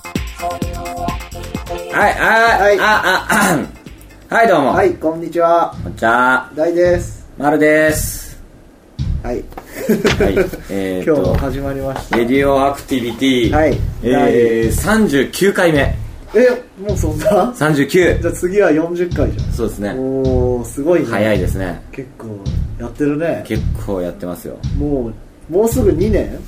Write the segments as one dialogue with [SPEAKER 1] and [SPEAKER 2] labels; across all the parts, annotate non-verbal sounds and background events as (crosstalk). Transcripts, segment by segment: [SPEAKER 1] はい、あー、
[SPEAKER 2] はい
[SPEAKER 1] あ、あ、あ、はい、どうも。
[SPEAKER 2] はい、こんにちは。
[SPEAKER 1] こんにちは。
[SPEAKER 2] 大です。
[SPEAKER 1] まるです。
[SPEAKER 2] は
[SPEAKER 1] は
[SPEAKER 2] い。
[SPEAKER 1] い、
[SPEAKER 2] (laughs)
[SPEAKER 1] えー
[SPEAKER 2] 今日
[SPEAKER 1] と
[SPEAKER 2] も、始まりました。
[SPEAKER 1] レディオアクティビティ、
[SPEAKER 2] はい
[SPEAKER 1] えー、39回目。
[SPEAKER 2] え、もうそんなじ
[SPEAKER 1] 39。
[SPEAKER 2] ゃあ次は40回じゃ
[SPEAKER 1] そうです
[SPEAKER 2] ん。
[SPEAKER 1] ね。
[SPEAKER 2] おー、すごいね。
[SPEAKER 1] 早いですね。
[SPEAKER 2] 結構、やってるね。
[SPEAKER 1] 結構やってますよ。
[SPEAKER 2] もう、もうすぐ2年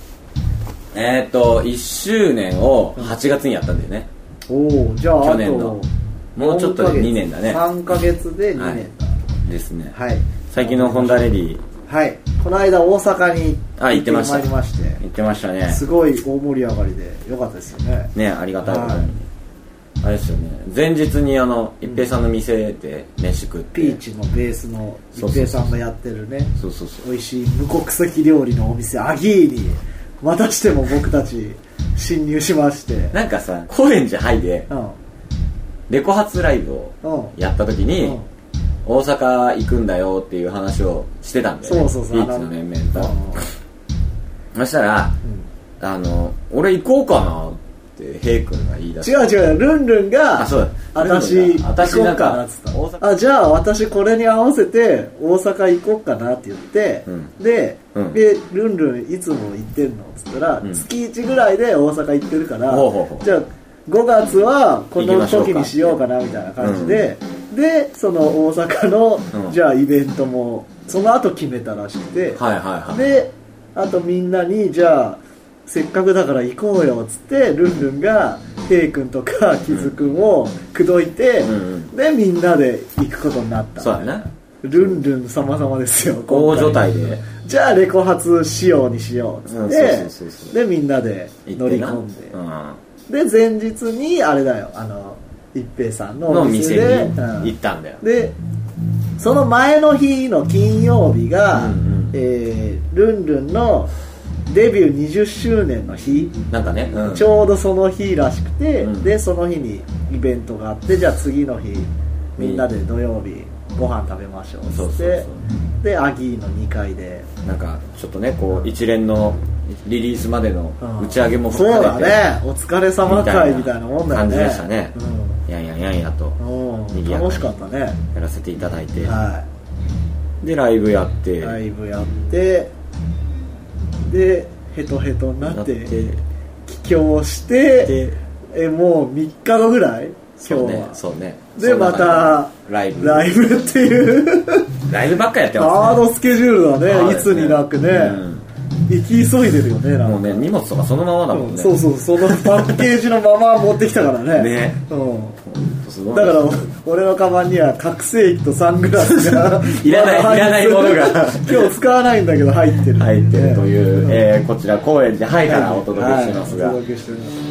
[SPEAKER 1] えー、っと、1周年を8月にやったんだよね。
[SPEAKER 2] おー、じゃあ、
[SPEAKER 1] 去年のもうちょっとで2年だね。
[SPEAKER 2] 3ヶ月で2年だ。
[SPEAKER 1] ですね。
[SPEAKER 2] はい。
[SPEAKER 1] 最近のホンダレディ、
[SPEAKER 2] はい。この間、大阪に
[SPEAKER 1] あ行ってました
[SPEAKER 2] 行ってまいりまして
[SPEAKER 1] 言ってましたね。
[SPEAKER 2] すごい大盛り上がりで、よかったですよね。
[SPEAKER 1] ね、ありがたいことに。あれですよね。前日にあの、一平さんの店で飯食って。
[SPEAKER 2] ピーチのベースの一平さんがやってるね。
[SPEAKER 1] そうそうそう。
[SPEAKER 2] 美味しい無国籍料理のお店アギーにまたしても僕たち侵入しまして
[SPEAKER 1] なんかさ、高円寺ハイで、
[SPEAKER 2] うん
[SPEAKER 1] レコ発ライブを
[SPEAKER 2] うん
[SPEAKER 1] やった時に、
[SPEAKER 2] うん
[SPEAKER 1] 大阪行くんだよっていう話をしてたんだよね。
[SPEAKER 2] そうそうそう
[SPEAKER 1] ビーチの面々
[SPEAKER 2] あ
[SPEAKER 1] と。
[SPEAKER 2] の
[SPEAKER 1] そしたら、
[SPEAKER 2] うん
[SPEAKER 1] あの、俺行こうかなって、ヘイ君が言い出し
[SPEAKER 2] 違う違うルンルンが
[SPEAKER 1] あそうだルン
[SPEAKER 2] 私
[SPEAKER 1] ルンが私
[SPEAKER 2] 行こうかなっつっ
[SPEAKER 1] な
[SPEAKER 2] た
[SPEAKER 1] んか大阪
[SPEAKER 2] あじゃあ私これに合わせて大阪行こうかなって言って、
[SPEAKER 1] うん
[SPEAKER 2] で,、
[SPEAKER 1] うん
[SPEAKER 2] でルンルンいつも行ってんのっつったら、
[SPEAKER 1] うん
[SPEAKER 2] 月1ぐらいで大阪行ってるから、
[SPEAKER 1] ほうほうほう
[SPEAKER 2] じゃあ5月はこ
[SPEAKER 1] 行き
[SPEAKER 2] の
[SPEAKER 1] ましょうか
[SPEAKER 2] 時にしようかなみたいな感じで、でその大阪の、
[SPEAKER 1] うん
[SPEAKER 2] じゃあイベントもその後決めたらしくて、
[SPEAKER 1] た。はいはいはい。
[SPEAKER 2] であとみんなにじゃあせっかくだから行こうよっつってルンルンがヘイ君とかキズ君を口説いて、
[SPEAKER 1] うん
[SPEAKER 2] でみんなで行くことになった
[SPEAKER 1] そうだね。
[SPEAKER 2] ルンルン様々ですよ
[SPEAKER 1] 大
[SPEAKER 2] 今
[SPEAKER 1] 所
[SPEAKER 2] 回
[SPEAKER 1] 帯で。
[SPEAKER 2] じゃあレコ発仕様にしようっつって、
[SPEAKER 1] うんそうそうそうそう
[SPEAKER 2] でみんなで
[SPEAKER 1] 行
[SPEAKER 2] 乗
[SPEAKER 1] って
[SPEAKER 2] り
[SPEAKER 1] な
[SPEAKER 2] 込ん
[SPEAKER 1] う
[SPEAKER 2] で、
[SPEAKER 1] ん
[SPEAKER 2] で前日にあれだよあの一平さんの
[SPEAKER 1] の
[SPEAKER 2] お
[SPEAKER 1] 店
[SPEAKER 2] 店
[SPEAKER 1] に
[SPEAKER 2] でうん
[SPEAKER 1] 行ったんだよ。
[SPEAKER 2] でその前の日の金曜日が、
[SPEAKER 1] うんうん
[SPEAKER 2] えールンルンのデビュー20周年の日、
[SPEAKER 1] なんかね、うん
[SPEAKER 2] ちょうどその日らしくて、
[SPEAKER 1] うん
[SPEAKER 2] でその日にイベントがあってじゃあ次の日みんなで土曜日ご飯食べましょうっつって
[SPEAKER 1] そうそうそう
[SPEAKER 2] でアギーの2階で
[SPEAKER 1] なんかちょっとねこう一連のリリースまでの打ち上げも
[SPEAKER 2] そう
[SPEAKER 1] 含めて、
[SPEAKER 2] だねお疲れ様会みたいなもんだよ
[SPEAKER 1] 感じ
[SPEAKER 2] ね
[SPEAKER 1] でしたねやんやんやんやと
[SPEAKER 2] うんうん
[SPEAKER 1] 賑やかに
[SPEAKER 2] 楽しかったね
[SPEAKER 1] やらせていただいて、
[SPEAKER 2] はい
[SPEAKER 1] でライブやって、
[SPEAKER 2] ライブやってでヘトヘトにな
[SPEAKER 1] や
[SPEAKER 2] っ
[SPEAKER 1] って
[SPEAKER 2] て帰郷して
[SPEAKER 1] で
[SPEAKER 2] えもう3日後ぐらい今
[SPEAKER 1] そう
[SPEAKER 2] 日
[SPEAKER 1] ね
[SPEAKER 2] は
[SPEAKER 1] そうね
[SPEAKER 2] で
[SPEAKER 1] そんな
[SPEAKER 2] また
[SPEAKER 1] ライブ
[SPEAKER 2] ライブっていう
[SPEAKER 1] ライブばっかやって
[SPEAKER 2] ハー
[SPEAKER 1] ま
[SPEAKER 2] ドスケジュールだ
[SPEAKER 1] ハード
[SPEAKER 2] ね
[SPEAKER 1] で
[SPEAKER 2] い
[SPEAKER 1] す
[SPEAKER 2] つ
[SPEAKER 1] ね
[SPEAKER 2] になくね
[SPEAKER 1] うん
[SPEAKER 2] 行き急いでるよね
[SPEAKER 1] すね
[SPEAKER 2] なん
[SPEAKER 1] もう
[SPEAKER 2] か
[SPEAKER 1] ね荷物とかそのままだもん
[SPEAKER 2] うん
[SPEAKER 1] ね、
[SPEAKER 2] そうそうそのパッケージのまま持ってきたからね
[SPEAKER 1] ね
[SPEAKER 2] うん
[SPEAKER 1] すごい
[SPEAKER 2] だから俺のカバンには覚醒器とサングラスが
[SPEAKER 1] いらないいらないものが
[SPEAKER 2] (laughs) 今日使わないんだけど入ってる
[SPEAKER 1] 入ってるという、
[SPEAKER 2] ん
[SPEAKER 1] えーこちら高円寺ハイからお届けしてますが、
[SPEAKER 2] はいお届けしております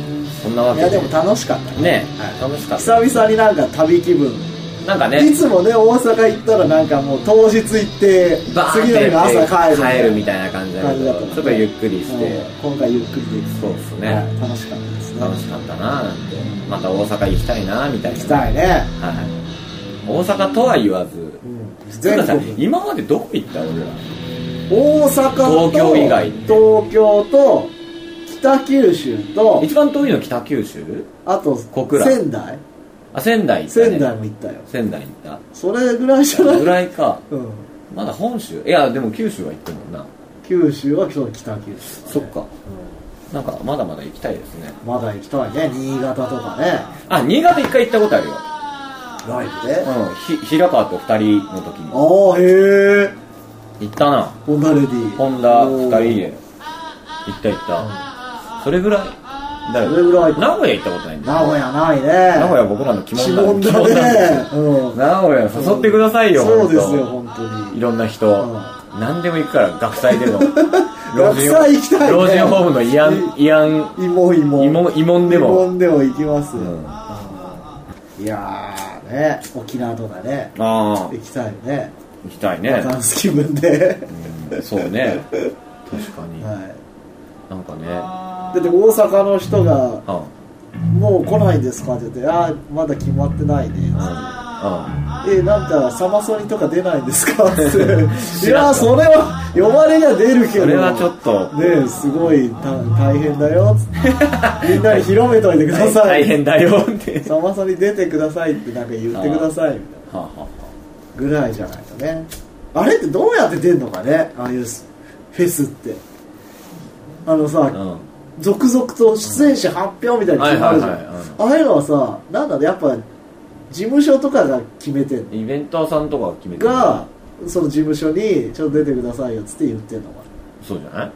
[SPEAKER 1] そんなわ
[SPEAKER 2] い
[SPEAKER 1] け
[SPEAKER 2] や
[SPEAKER 1] で
[SPEAKER 2] でも楽しかったね
[SPEAKER 1] ね、楽しかった
[SPEAKER 2] 久々になんか旅気分
[SPEAKER 1] なんか
[SPEAKER 2] い
[SPEAKER 1] ね
[SPEAKER 2] つもね大阪行ったらなんかもう当日行って
[SPEAKER 1] バーンって
[SPEAKER 2] 次の日の朝帰る
[SPEAKER 1] 帰るみ
[SPEAKER 2] い
[SPEAKER 1] たいな感じだけど
[SPEAKER 2] 感じだったね
[SPEAKER 1] ちょっとゆっくりして、
[SPEAKER 2] 今回ゆっくりできて
[SPEAKER 1] そうですね
[SPEAKER 2] はい楽しかったですね
[SPEAKER 1] 楽しかったななんてまた大阪行きたいなみたいな
[SPEAKER 2] 行きたいね、
[SPEAKER 1] はい、大阪とは言わず
[SPEAKER 2] うん、
[SPEAKER 1] なんか
[SPEAKER 2] 全
[SPEAKER 1] さ
[SPEAKER 2] 国
[SPEAKER 1] 今までどこ行った俺ら
[SPEAKER 2] 大阪と
[SPEAKER 1] 東京以外って
[SPEAKER 2] 東京と北九州と
[SPEAKER 1] 一番遠いの北九州
[SPEAKER 2] あと
[SPEAKER 1] 小倉
[SPEAKER 2] 仙台
[SPEAKER 1] あ仙台行った、ね、
[SPEAKER 2] 仙台も行ったよ
[SPEAKER 1] 仙台行った
[SPEAKER 2] それぐらいじゃ
[SPEAKER 1] そ
[SPEAKER 2] な
[SPEAKER 1] れ
[SPEAKER 2] い
[SPEAKER 1] ぐ、らいか
[SPEAKER 2] うん、
[SPEAKER 1] まだ本州いやでも九州は行ってるもんな
[SPEAKER 2] 九州はその北九州、ね、
[SPEAKER 1] そっか
[SPEAKER 2] う
[SPEAKER 1] なんかまだまだ行きたいですね
[SPEAKER 2] んまだ行きたいね新潟とかね
[SPEAKER 1] あ新潟一回行ったことあるよ
[SPEAKER 2] ライブで
[SPEAKER 1] うんひ平川と二人の時に
[SPEAKER 2] ああへえ
[SPEAKER 1] 行ったな
[SPEAKER 2] ホンダレディ
[SPEAKER 1] ホンダ二人
[SPEAKER 2] で
[SPEAKER 1] で行った行ったそれぐらいだよ
[SPEAKER 2] それぐらい
[SPEAKER 1] 名古屋行ったことないんだよ
[SPEAKER 2] 名古屋ないね
[SPEAKER 1] 名古屋僕らの鬼
[SPEAKER 2] 指
[SPEAKER 1] 門なん
[SPEAKER 2] 紋だねうん
[SPEAKER 1] 名古屋誘ってくださいよ
[SPEAKER 2] そうですよ
[SPEAKER 1] 本
[SPEAKER 2] 本当
[SPEAKER 1] 当
[SPEAKER 2] に
[SPEAKER 1] いろんな人、
[SPEAKER 2] うん
[SPEAKER 1] 何でも行くから学祭でも
[SPEAKER 2] (laughs) 学祭行きたいね
[SPEAKER 1] 老人ホームの慰安慰安
[SPEAKER 2] 慰問慰問
[SPEAKER 1] 慰問慰問でも
[SPEAKER 2] 慰問でも行きますよ、
[SPEAKER 1] うん
[SPEAKER 2] いやーね沖縄とかね
[SPEAKER 1] ああ
[SPEAKER 2] 行きたいよね
[SPEAKER 1] 行きたいね
[SPEAKER 2] バカンス気分で、
[SPEAKER 1] うんそうね確かに、
[SPEAKER 2] はい
[SPEAKER 1] なんかね
[SPEAKER 2] だって大阪の人が
[SPEAKER 1] あ
[SPEAKER 2] 「もう来ないんですか?」って言って「ああまだ決まってないね」
[SPEAKER 1] あ
[SPEAKER 2] えなんかサマソニとか出ないんですか?」
[SPEAKER 1] (laughs)
[SPEAKER 2] って「い
[SPEAKER 1] らん
[SPEAKER 2] やそれは呼ばれりゃ出るけど」
[SPEAKER 1] それはちょっと
[SPEAKER 2] ねえすごいた大変だよつってみんなに広めといてくださ
[SPEAKER 1] 大
[SPEAKER 2] い
[SPEAKER 1] 変だ
[SPEAKER 2] (laughs)
[SPEAKER 1] よって
[SPEAKER 2] サマソニ出てくださいってなんか言ってくださいみたいな
[SPEAKER 1] はあは
[SPEAKER 2] ぐらいじゃないとねあれってどうやって出んのかねああいうフェスってあのさ、
[SPEAKER 1] あはあ
[SPEAKER 2] 続々と出演者発表みたいなの決まるじゃん、
[SPEAKER 1] はいはいはい
[SPEAKER 2] ああいうのはさなんだろうやっぱ事務所とかが決めてんの
[SPEAKER 1] うんイベンターさんとかが決めてる
[SPEAKER 2] がその事務所にちょっと出てくださいよっつって言ってんのかな
[SPEAKER 1] そうじゃない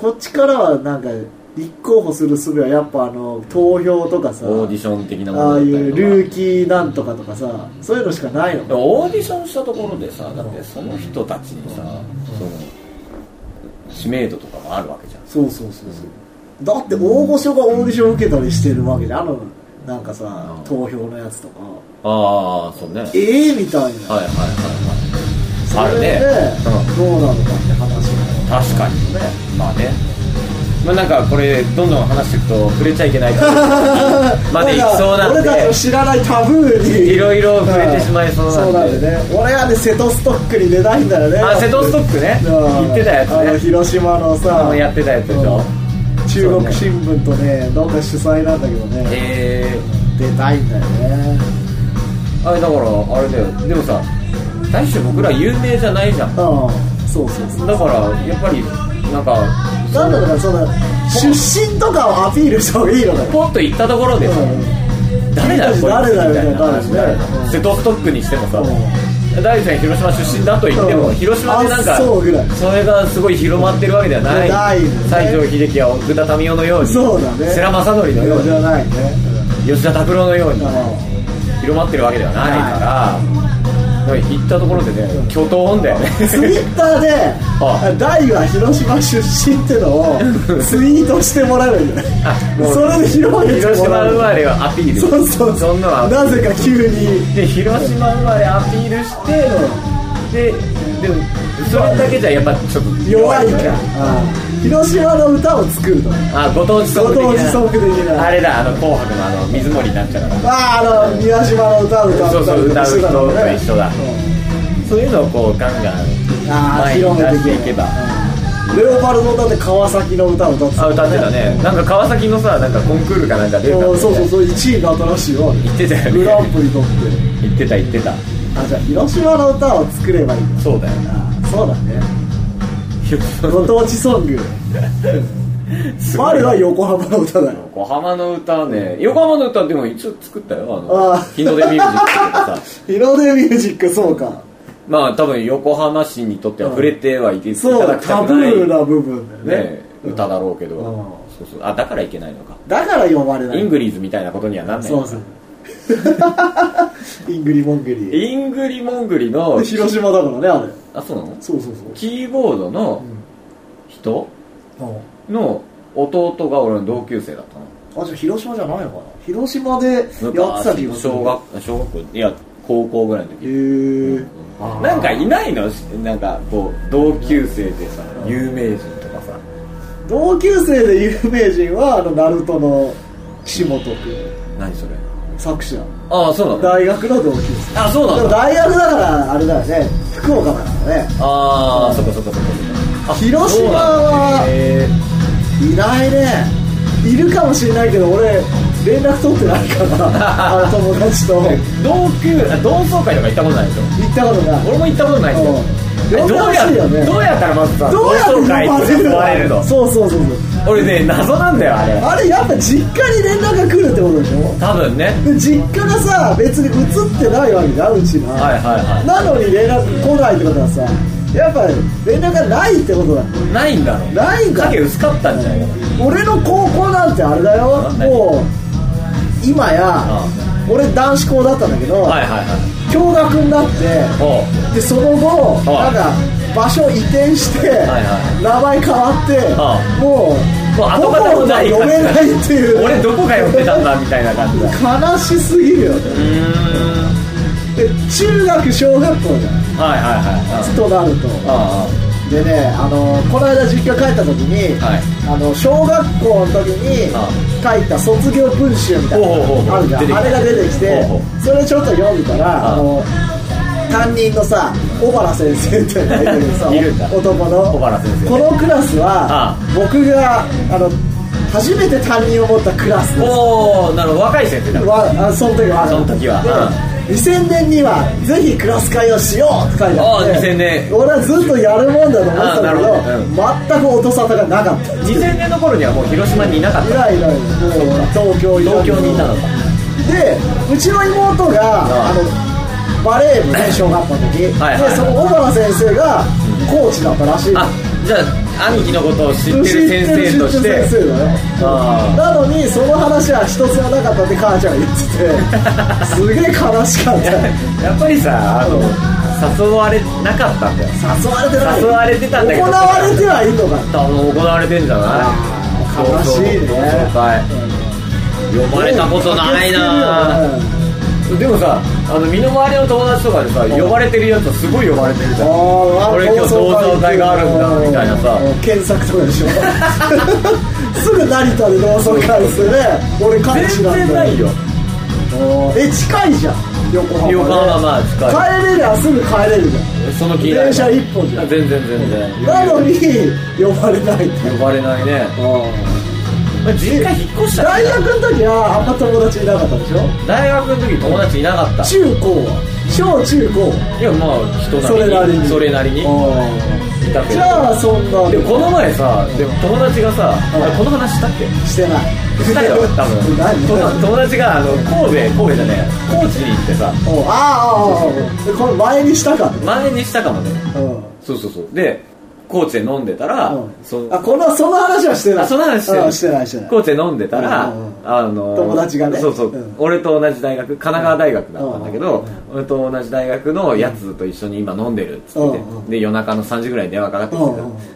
[SPEAKER 2] こっちからはなんか立候補する術はやっぱあの投票とかさ
[SPEAKER 1] オーディション的なもの
[SPEAKER 2] ああ
[SPEAKER 1] だっ
[SPEAKER 2] い
[SPEAKER 1] たりとか
[SPEAKER 2] うルーキーなんとかとかさそういうのしかないの
[SPEAKER 1] でもオーディションしたところでさだってその人たちにさその知名度とかもあるわけじゃん
[SPEAKER 2] そうそうそうそうだって大御所がオーディション受けたりしてるわけじゃんあのなんかさ
[SPEAKER 1] うん
[SPEAKER 2] 投票のやつとか
[SPEAKER 1] ああそうねはい
[SPEAKER 2] ええみたいな
[SPEAKER 1] はいはいは
[SPEAKER 2] そ
[SPEAKER 1] あ
[SPEAKER 2] れ
[SPEAKER 1] る
[SPEAKER 2] で
[SPEAKER 1] ね
[SPEAKER 2] どうなのかって話
[SPEAKER 1] い確かにねまあねまあなんかこれどんどん話していくと触れちゃいけないから
[SPEAKER 2] (laughs)
[SPEAKER 1] までいきそうなんで
[SPEAKER 2] 俺たちの知らないタブーに
[SPEAKER 1] いろいろ触れてしまいそうなんで
[SPEAKER 2] んでね俺はね瀬戸ストックに出ないんだよね
[SPEAKER 1] あ瀬戸ストックね
[SPEAKER 2] う
[SPEAKER 1] 言っ
[SPEAKER 2] ん
[SPEAKER 1] てた
[SPEAKER 2] あの
[SPEAKER 1] やつね
[SPEAKER 2] 広島の
[SPEAKER 1] あの
[SPEAKER 2] さ
[SPEAKER 1] やってたやつでしょ
[SPEAKER 2] うん中国新聞とねなんか主催なんだけどね
[SPEAKER 1] え
[SPEAKER 2] 出たいんだよね
[SPEAKER 1] ー、あれだからあれだよでもさ大して僕ら有名じゃないじゃん
[SPEAKER 2] うんそうそうそう
[SPEAKER 1] だからやっぱりなんか
[SPEAKER 2] なんだからその出身とかをアピールした方がいいのかよ
[SPEAKER 1] ポッと行ったところでさ、誰だよこいつみ
[SPEAKER 2] 誰だよ
[SPEAKER 1] たいな話になる
[SPEAKER 2] 誰だよ
[SPEAKER 1] 瀬戸ストックにしてもさ
[SPEAKER 2] う
[SPEAKER 1] 大地さん広島出身だと言っても、
[SPEAKER 2] うん
[SPEAKER 1] 広島でなん
[SPEAKER 2] あ
[SPEAKER 1] か
[SPEAKER 2] そうぐらい
[SPEAKER 1] れがすごい広まってるわけではない、
[SPEAKER 2] ないね
[SPEAKER 1] 西城秀樹や奥田民生のように
[SPEAKER 2] そうだね
[SPEAKER 1] 世良正則の
[SPEAKER 2] うん
[SPEAKER 1] よう
[SPEAKER 2] じ
[SPEAKER 1] に
[SPEAKER 2] ゃないね
[SPEAKER 1] 吉田拓郎のように
[SPEAKER 2] うん
[SPEAKER 1] 広まってるわけではないから、行ったところでね巨頭音だよね
[SPEAKER 2] ツイッターで
[SPEAKER 1] あ
[SPEAKER 2] 「大は広島出身」ってのをツイートしてもらえばいいんじゃ
[SPEAKER 1] あも
[SPEAKER 2] ないうそれで広めて
[SPEAKER 1] 広
[SPEAKER 2] も
[SPEAKER 1] 島
[SPEAKER 2] ら
[SPEAKER 1] 生
[SPEAKER 2] う
[SPEAKER 1] まれはアピール
[SPEAKER 2] そうそう
[SPEAKER 1] そんなのは
[SPEAKER 2] なぜか急に
[SPEAKER 1] で広島生まれアピールしてででもそれだけじゃやっぱちょっと
[SPEAKER 2] 弱いか
[SPEAKER 1] よね
[SPEAKER 2] らうん広島の歌を作ると
[SPEAKER 1] あご当地ソング的な
[SPEAKER 2] ご当地ソング的な
[SPEAKER 1] あれだあの「紅白」のあの水森なんちゃらが
[SPEAKER 2] あああの宮島の歌を歌ったり
[SPEAKER 1] そうそう
[SPEAKER 2] とかしてたのね
[SPEAKER 1] 歌う人と一緒だそういうのをこうガンガン
[SPEAKER 2] うんああ
[SPEAKER 1] 前に
[SPEAKER 2] 広
[SPEAKER 1] 出
[SPEAKER 2] めて
[SPEAKER 1] していけば
[SPEAKER 2] うんレオパルドだって川崎の歌を歌って
[SPEAKER 1] あ歌ってたねなんか川崎のさなんかコンクールかなんか出るか
[SPEAKER 2] そ
[SPEAKER 1] も
[SPEAKER 2] うそうそう
[SPEAKER 1] う
[SPEAKER 2] そう1位が新しいよ
[SPEAKER 1] 言ってたよね
[SPEAKER 2] グランプリ取って
[SPEAKER 1] 言ってた言ってた
[SPEAKER 2] あじゃあ広島の歌を作ればいいんだ
[SPEAKER 1] そうだよな
[SPEAKER 2] あそうだ
[SPEAKER 1] (laughs)
[SPEAKER 2] ねご
[SPEAKER 1] ご当
[SPEAKER 2] 当地ソング
[SPEAKER 1] 地
[SPEAKER 2] 我は横浜の歌だよ
[SPEAKER 1] 横浜の歌ね横浜の歌でも一応作ったよあの
[SPEAKER 2] ああ
[SPEAKER 1] 日の出ミュージックとかさ
[SPEAKER 2] 日の出ミュージックそうか
[SPEAKER 1] まあ多分横浜市にとっては触れてはいていた
[SPEAKER 2] そう
[SPEAKER 1] だ
[SPEAKER 2] だ
[SPEAKER 1] きた
[SPEAKER 2] タ
[SPEAKER 1] く
[SPEAKER 2] ブ
[SPEAKER 1] ない
[SPEAKER 2] ーな部分だよね
[SPEAKER 1] ね歌だろうけど
[SPEAKER 2] うん
[SPEAKER 1] そうそうあだからいけないのか
[SPEAKER 2] だから呼ばれない
[SPEAKER 1] イングリーズみたいなことにはなんないの
[SPEAKER 2] そう
[SPEAKER 1] か
[SPEAKER 2] そう (laughs) イングリモングリ
[SPEAKER 1] イングリモングリの
[SPEAKER 2] 広島だからねあれ
[SPEAKER 1] あそうなの
[SPEAKER 2] そうそうそう
[SPEAKER 1] キーボードの人
[SPEAKER 2] あ
[SPEAKER 1] の弟が俺の同級生だったの
[SPEAKER 2] じゃあ広島じゃないのかな広島でやってた気がする
[SPEAKER 1] 小学小学校いや高校ぐらいの時
[SPEAKER 2] へえ
[SPEAKER 1] なんかいないのなんかこう同級生でさ
[SPEAKER 2] うん
[SPEAKER 1] 有名人とかさ
[SPEAKER 2] 同級生で有名人はあのナルトの岸本君
[SPEAKER 1] 何それ
[SPEAKER 2] 作者
[SPEAKER 1] ああそうなの
[SPEAKER 2] 大学の同級生
[SPEAKER 1] あそうな
[SPEAKER 2] でも
[SPEAKER 1] の
[SPEAKER 2] 大学だからあれだよね福岡だからね
[SPEAKER 1] ああそっかそっかそっかあ
[SPEAKER 2] 広島
[SPEAKER 1] そうなんだ
[SPEAKER 2] は
[SPEAKER 1] へ
[SPEAKER 2] いないねいるかもしれないけど俺連絡取ってないから
[SPEAKER 1] (laughs)
[SPEAKER 2] あの友達と行
[SPEAKER 1] ー同級あ同窓会とか行ったことないでしょ
[SPEAKER 2] ったことない
[SPEAKER 1] 俺も行ったことないですよ
[SPEAKER 2] うん
[SPEAKER 1] えどうや
[SPEAKER 2] 呼んでほしいよね
[SPEAKER 1] どうやったらまずさ
[SPEAKER 2] どうやって
[SPEAKER 1] 同窓会
[SPEAKER 2] 呼ばれる
[SPEAKER 1] って
[SPEAKER 2] の
[SPEAKER 1] 呼ばれるの
[SPEAKER 2] そうそうそうそう
[SPEAKER 1] 俺ね謎なんだよあれ
[SPEAKER 2] あれやっぱ実家に連絡が来るってことでしょ
[SPEAKER 1] 多分ね
[SPEAKER 2] で実家がさ別に映ってないわけじゃんうちが、
[SPEAKER 1] はいはいは
[SPEAKER 2] なのに連絡来ないってことはさやっぱ連絡がないってことだ
[SPEAKER 1] いないんだろう
[SPEAKER 2] ないんだ
[SPEAKER 1] 影薄かったんじゃないかな
[SPEAKER 2] 俺の高校なんてあれだよ
[SPEAKER 1] なんだ
[SPEAKER 2] もう今や
[SPEAKER 1] あ
[SPEAKER 2] 俺男子校だったんだけど
[SPEAKER 1] はいはいはい
[SPEAKER 2] 共学になって
[SPEAKER 1] おう
[SPEAKER 2] でその後
[SPEAKER 1] あ
[SPEAKER 2] なんか場所移転して
[SPEAKER 1] いは
[SPEAKER 2] 名前変わって
[SPEAKER 1] あ
[SPEAKER 2] もう
[SPEAKER 1] もう
[SPEAKER 2] 母
[SPEAKER 1] 後方も
[SPEAKER 2] 校が
[SPEAKER 1] ない
[SPEAKER 2] 呼べないっていう
[SPEAKER 1] 俺どこが呼んでたんだみたいな感じだう
[SPEAKER 2] 悲しすぎるよね
[SPEAKER 1] ーん
[SPEAKER 2] で中学小学校じゃん
[SPEAKER 1] はいはいはい
[SPEAKER 2] となると
[SPEAKER 1] ああ
[SPEAKER 2] でねあのこの間実家帰った時に、
[SPEAKER 1] はい
[SPEAKER 2] あの小学校の時に
[SPEAKER 1] あ
[SPEAKER 2] 書いた卒業文集みたいな
[SPEAKER 1] ほうほうほう
[SPEAKER 2] の
[SPEAKER 1] ほう
[SPEAKER 2] あるじゃ
[SPEAKER 1] 出て
[SPEAKER 2] ん
[SPEAKER 1] きた
[SPEAKER 2] あれが出てきて
[SPEAKER 1] ほうほ
[SPEAKER 2] それちょっと読んでたら
[SPEAKER 1] あ
[SPEAKER 2] あの担任のさ小原先生っていうのがいるさ
[SPEAKER 1] いるんだ
[SPEAKER 2] 男の
[SPEAKER 1] 小原先生ね
[SPEAKER 2] このクラスは
[SPEAKER 1] あ
[SPEAKER 2] 僕があの初めて担任を持ったクラスです
[SPEAKER 1] おおなるほど若い先生だ
[SPEAKER 2] わあその時は
[SPEAKER 1] その時は
[SPEAKER 2] で2000年にはぜひクラス会をしようって書いてあ
[SPEAKER 1] あ
[SPEAKER 2] っ
[SPEAKER 1] ー
[SPEAKER 2] て
[SPEAKER 1] 2000年
[SPEAKER 2] 俺はずっとやるもんだと思ってたん
[SPEAKER 1] あーなる
[SPEAKER 2] だけど全く音沙汰がなかった
[SPEAKER 1] 2000年の頃にはもう広島にいなかっ
[SPEAKER 2] 以
[SPEAKER 1] た
[SPEAKER 2] 来のもう東京いた
[SPEAKER 1] 東京にいたのか
[SPEAKER 2] でうちの妹が
[SPEAKER 1] あ
[SPEAKER 2] あのバレー部ね小学校の時
[SPEAKER 1] はいはい
[SPEAKER 2] でその小原先生がコーチだったらしいの
[SPEAKER 1] あじゃあ兄貴のことを知ってる先生として
[SPEAKER 2] 先生だよ
[SPEAKER 1] あ
[SPEAKER 2] なのにその話は一つもなかったって母ちゃんが言っててすげえ悲しかっ
[SPEAKER 1] ー
[SPEAKER 2] た
[SPEAKER 1] やっぱりさあの誘われなかったんだよ
[SPEAKER 2] 誘われてない
[SPEAKER 1] 誘われてたんだけど
[SPEAKER 2] 行われてはいいのか
[SPEAKER 1] 多分行われてんじゃない
[SPEAKER 2] 悲しいね
[SPEAKER 1] 同窓会呼ばれたことないな
[SPEAKER 2] うん
[SPEAKER 1] でもさあの身の回りの友達とかでさ呼ばれてるやつはすごい呼ばれてるじゃん
[SPEAKER 2] あー
[SPEAKER 1] 俺今日同窓会があるんだみたいなさ
[SPEAKER 2] 検索とかでしょすぐ成田で同窓会ですよね俺彼氏
[SPEAKER 1] 全
[SPEAKER 2] なんだ
[SPEAKER 1] 然ないよ
[SPEAKER 2] え近いじゃん横浜ね
[SPEAKER 1] 横浜まあ近い
[SPEAKER 2] 帰れりゃすぐ帰れるじ
[SPEAKER 1] その気になる
[SPEAKER 2] 電車一本じゃん
[SPEAKER 1] 全然全然
[SPEAKER 2] ゃんなのに呼ばれないって
[SPEAKER 1] 呼ばれないね実家引っ越した
[SPEAKER 2] 大学の時はあんま友達いなかったでしょ
[SPEAKER 1] 大学の時友達いなかった
[SPEAKER 2] 中高は小中高
[SPEAKER 1] いやまあ人
[SPEAKER 2] それな
[SPEAKER 1] なり
[SPEAKER 2] り
[SPEAKER 1] に
[SPEAKER 2] に
[SPEAKER 1] それなりに
[SPEAKER 2] あ
[SPEAKER 1] いた
[SPEAKER 2] ー
[SPEAKER 1] け
[SPEAKER 2] じ
[SPEAKER 1] ど
[SPEAKER 2] ゃあそんな
[SPEAKER 1] でもこの前さでも友達がさ
[SPEAKER 2] うん
[SPEAKER 1] あれこの話したっけ
[SPEAKER 2] してない
[SPEAKER 1] した
[SPEAKER 2] (laughs)
[SPEAKER 1] よ多分
[SPEAKER 2] 何
[SPEAKER 1] 友友達があの神戸神戸じゃねえ高知に行ってさ
[SPEAKER 2] おうあーあーあーでこの前にしたかね
[SPEAKER 1] 前にしたかもね
[SPEAKER 2] うん
[SPEAKER 1] そうそうそうで高知で飲んでたら、
[SPEAKER 2] うん
[SPEAKER 1] その
[SPEAKER 2] あこのその話はしてない
[SPEAKER 1] あその話して
[SPEAKER 2] う
[SPEAKER 1] なんい
[SPEAKER 2] してないしてない
[SPEAKER 1] 高知で飲んでたら、
[SPEAKER 2] うんうんうん
[SPEAKER 1] あの
[SPEAKER 2] 友達がね
[SPEAKER 1] そうそう、
[SPEAKER 2] うん
[SPEAKER 1] 俺と同じ大学神奈川大学だったんだけど、
[SPEAKER 2] うんうん
[SPEAKER 1] 俺と同じ大学のやつと一緒に今飲んでるっつってて、
[SPEAKER 2] うんうん
[SPEAKER 1] で夜中の3時ぐらいに電話かかってきて、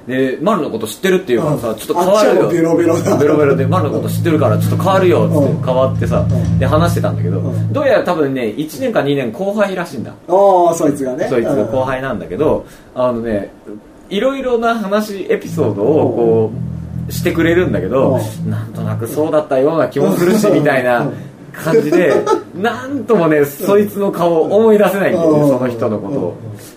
[SPEAKER 2] うん
[SPEAKER 1] で丸のこと知ってるっていうからさ、
[SPEAKER 2] うん
[SPEAKER 1] ちょっと変わるよ
[SPEAKER 2] あっちはもうベロベロだ
[SPEAKER 1] ベロベロで丸のこと知ってるからちょっと変わるよっつって
[SPEAKER 2] うん
[SPEAKER 1] 変わってさ、
[SPEAKER 2] ん
[SPEAKER 1] で話してたんだけど、
[SPEAKER 2] うん
[SPEAKER 1] どうやら多分ね1年か2年後輩らしいんだ
[SPEAKER 2] ああそいつがね
[SPEAKER 1] そいつが後輩なんだけど、あのねいろいろな話エピソードをこうしてくれるんだけど、なんとなくそうだったような気もするし、
[SPEAKER 2] うん
[SPEAKER 1] みたいな感じ
[SPEAKER 2] (laughs)
[SPEAKER 1] で、なんともねそいつの顔を思い出せないんだよね、
[SPEAKER 2] うん
[SPEAKER 1] その人のことを、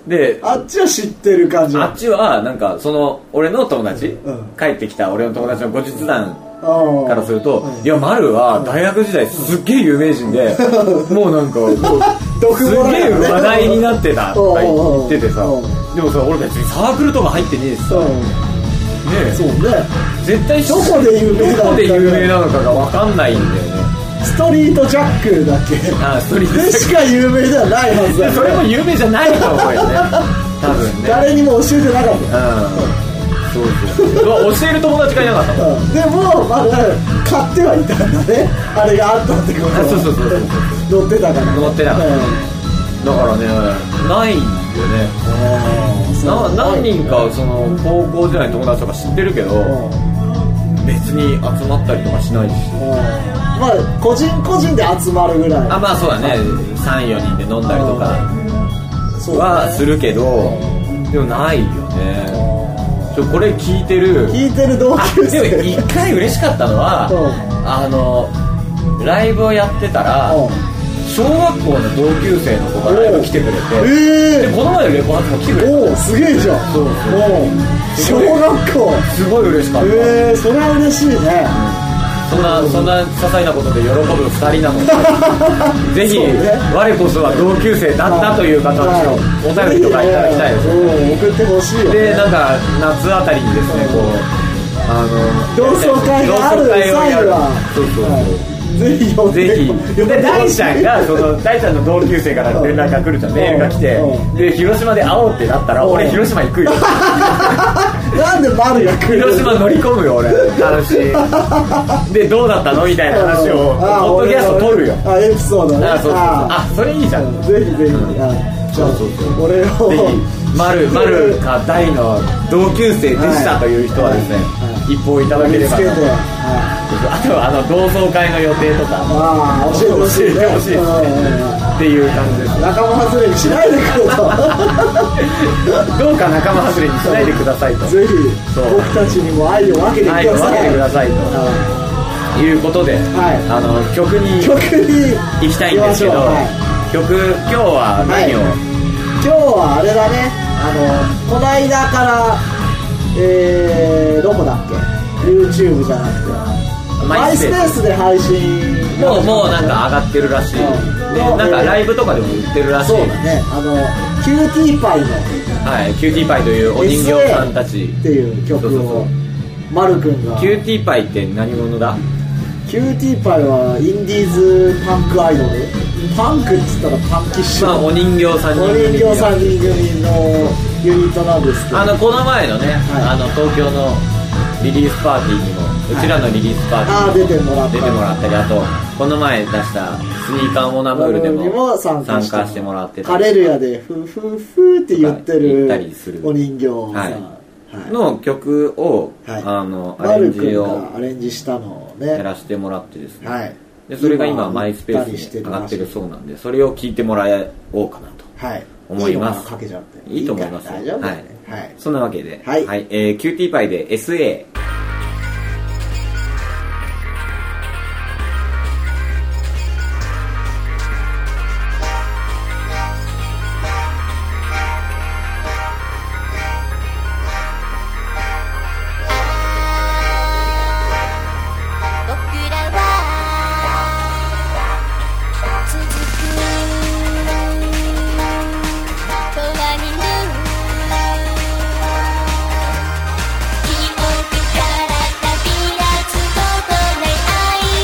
[SPEAKER 1] で
[SPEAKER 2] うんあっちは知ってる感じ
[SPEAKER 1] あっちはなんかその俺の友達、
[SPEAKER 2] うん
[SPEAKER 1] 帰ってきた俺の友達の後日談
[SPEAKER 2] か
[SPEAKER 1] からすると、いや、丸は大学時代すっげえ有名人
[SPEAKER 2] (laughs)
[SPEAKER 1] で、もうなんか、もう
[SPEAKER 2] 毒
[SPEAKER 1] す
[SPEAKER 2] もら
[SPEAKER 1] げ
[SPEAKER 2] え
[SPEAKER 1] え
[SPEAKER 2] るね
[SPEAKER 1] 話題になってたとか言っててさ
[SPEAKER 2] うんうんうん、
[SPEAKER 1] でもさ、俺別にサークルとか入ってねえしさ、
[SPEAKER 2] う
[SPEAKER 1] ね
[SPEAKER 2] んそうね
[SPEAKER 1] 絶対
[SPEAKER 2] どこで有名なのか
[SPEAKER 1] どこで有名なのかがわかんないんだよね。
[SPEAKER 2] ストリートジャックだっけ
[SPEAKER 1] あ、ストリート
[SPEAKER 2] でしか有名ではないはず
[SPEAKER 1] で
[SPEAKER 2] だ (laughs) よ
[SPEAKER 1] それも有名じゃないと思うよね。多分ね。
[SPEAKER 2] 誰にも教えてなかっ
[SPEAKER 1] うん。そうそう。うわ教える友達がいなかったもん。
[SPEAKER 2] たうんでもまだ買ってはいたんだねあれがあったってことは
[SPEAKER 1] あそうそうそうそう
[SPEAKER 2] 乗ってたから
[SPEAKER 1] 乗ってたから
[SPEAKER 2] うん
[SPEAKER 1] だからね、ないんだよね。
[SPEAKER 2] あーそう
[SPEAKER 1] な何人かその高校時代の友達とか知ってるけど
[SPEAKER 2] うん
[SPEAKER 1] 別に集まったりとかしないし
[SPEAKER 2] まあ個人個人で集まるぐらい
[SPEAKER 1] あまあそうだね34人で飲んだりとか
[SPEAKER 2] そうね
[SPEAKER 1] はするけどでもないよねちょこれ聞いてる
[SPEAKER 2] 聞いてる同
[SPEAKER 1] あ
[SPEAKER 2] 級
[SPEAKER 1] でも
[SPEAKER 2] 生
[SPEAKER 1] 一回嬉しかったのは
[SPEAKER 2] う
[SPEAKER 1] あのライブをやってたら
[SPEAKER 2] うん
[SPEAKER 1] 小学校の同級生の子がライブ来てくれて
[SPEAKER 2] え
[SPEAKER 1] でこの前のレポートも来てく
[SPEAKER 2] え
[SPEAKER 1] れた
[SPEAKER 2] おおすげえじゃん
[SPEAKER 1] そうそう
[SPEAKER 2] おう小学校
[SPEAKER 1] すごい嬉しかった
[SPEAKER 2] ええそれは嬉しいね
[SPEAKER 1] そんな、そんな些細なことで喜ぶ二人な
[SPEAKER 2] (laughs)
[SPEAKER 1] ので、ぜひ、
[SPEAKER 2] そうね
[SPEAKER 1] 我こそは同級生だったという方のお便りとかいただきたいです。
[SPEAKER 2] うん送ってほしいよ
[SPEAKER 1] で、なんか、夏あたりにですね、こう、あの、
[SPEAKER 2] 同窓会がある
[SPEAKER 1] 同窓会をや
[SPEAKER 2] 際
[SPEAKER 1] る
[SPEAKER 2] は
[SPEAKER 1] そうそうそう。
[SPEAKER 2] ぜひ呼んで
[SPEAKER 1] ぜひ
[SPEAKER 2] 呼ん
[SPEAKER 1] で
[SPEAKER 2] でほ
[SPEAKER 1] 大
[SPEAKER 2] しい
[SPEAKER 1] ちゃんがその大ちゃんの同級生から連絡が来るじゃん
[SPEAKER 2] うん
[SPEAKER 1] メールが来て
[SPEAKER 2] うん
[SPEAKER 1] で広島で会おうってなったら
[SPEAKER 2] うん
[SPEAKER 1] 俺広島行くよ
[SPEAKER 2] なんで丸が来る
[SPEAKER 1] 広島乗り込むよ俺楽しいでどうだったのみたいな話をポ
[SPEAKER 2] あ
[SPEAKER 1] ッドキャスト撮るよ
[SPEAKER 2] あエピソードね
[SPEAKER 1] あそうそうそう
[SPEAKER 2] あ
[SPEAKER 1] あそれいいじゃん
[SPEAKER 2] ぜひぜひ、あじゃあ
[SPEAKER 1] そうそうそ
[SPEAKER 2] 俺を
[SPEAKER 1] ぜ丸丸か大の同級生でしたという人はですね、
[SPEAKER 2] はい
[SPEAKER 1] 一報いただけ
[SPEAKER 2] 見
[SPEAKER 1] れ
[SPEAKER 2] つ
[SPEAKER 1] ば
[SPEAKER 2] けて
[SPEAKER 1] なと
[SPEAKER 2] は
[SPEAKER 1] あとはあの同窓会の予定とか
[SPEAKER 2] いまあ教えてほしいね
[SPEAKER 1] 教えてほしいですねっていう感じです
[SPEAKER 2] うん仲間外れにしないでくれ
[SPEAKER 1] (laughs)
[SPEAKER 2] と
[SPEAKER 1] どうか仲間外れにしないでくださいと
[SPEAKER 2] ぜひ
[SPEAKER 1] そう
[SPEAKER 2] 僕たちにも愛を分けてくだ
[SPEAKER 1] 愛を分けてくだ
[SPEAKER 2] さい
[SPEAKER 1] さい
[SPEAKER 2] は
[SPEAKER 1] ということで、
[SPEAKER 2] はい
[SPEAKER 1] あの曲に
[SPEAKER 2] い曲に
[SPEAKER 1] 行きたいんですけど、
[SPEAKER 2] 行きましょうはい
[SPEAKER 1] 曲今日は何を、
[SPEAKER 2] は今日はあれだねあのこないだからえー、どこだっけ YouTube じゃなくて
[SPEAKER 1] マイスペース
[SPEAKER 2] スで配信
[SPEAKER 1] もうもうなんか上がってるらしい、
[SPEAKER 2] うん
[SPEAKER 1] で
[SPEAKER 2] もう
[SPEAKER 1] なんかライブとかでも売ってるらしい、
[SPEAKER 2] そうだねあのキューティーパイの
[SPEAKER 1] はい、キューティーパイというお人形さんたち
[SPEAKER 2] SA っていう曲
[SPEAKER 1] そうそうそ
[SPEAKER 2] を
[SPEAKER 1] う
[SPEAKER 2] まるくんが
[SPEAKER 1] キューティーパイって何者だ
[SPEAKER 2] キューティーパイはインディーズパンクアイドルパンクっつったらパンキッシュ
[SPEAKER 1] まあお
[SPEAKER 2] お人
[SPEAKER 1] 人形さん
[SPEAKER 2] 形3人組のユニットなんですけど
[SPEAKER 1] あのこの前のね、
[SPEAKER 2] は
[SPEAKER 1] あ
[SPEAKER 2] い
[SPEAKER 1] の東京のリリースパーティーにも、うちらのリリースパーティーに
[SPEAKER 2] あー出てもらった
[SPEAKER 1] 出てもらったりあとこの前出したスニーカーモナムールで
[SPEAKER 2] にも
[SPEAKER 1] も
[SPEAKER 2] 参
[SPEAKER 1] 参
[SPEAKER 2] 加
[SPEAKER 1] 加
[SPEAKER 2] して
[SPEAKER 1] してもらって
[SPEAKER 2] カ
[SPEAKER 1] た
[SPEAKER 2] レルヤでフーフーフーって言って
[SPEAKER 1] 言
[SPEAKER 2] る
[SPEAKER 1] ったりする
[SPEAKER 2] お人形をさ、
[SPEAKER 1] はい
[SPEAKER 2] はい
[SPEAKER 1] の曲を、
[SPEAKER 2] はい
[SPEAKER 1] あの
[SPEAKER 2] マ
[SPEAKER 1] アレ
[SPEAKER 2] ル
[SPEAKER 1] ン
[SPEAKER 2] 君
[SPEAKER 1] ジ
[SPEAKER 2] が
[SPEAKER 1] を
[SPEAKER 2] アレンジしたのを
[SPEAKER 1] や
[SPEAKER 2] ね
[SPEAKER 1] らせてもらってですね、
[SPEAKER 2] はい
[SPEAKER 1] でそれが今マイスペ
[SPEAKER 2] 売った
[SPEAKER 1] ー
[SPEAKER 2] り
[SPEAKER 1] ス
[SPEAKER 2] し
[SPEAKER 1] に上がってる
[SPEAKER 2] らしい
[SPEAKER 1] そうなんでそれを聞いてもらおうかなと
[SPEAKER 2] はい
[SPEAKER 1] 思います
[SPEAKER 2] のかなかけちゃって
[SPEAKER 1] いいと思います
[SPEAKER 2] かな大丈夫だよねはい
[SPEAKER 1] そんなわけで、
[SPEAKER 2] はい
[SPEAKER 1] えーキューティーパイで SA
[SPEAKER 3] 僕らは続く永遠にぬ記憶から旅立つことない愛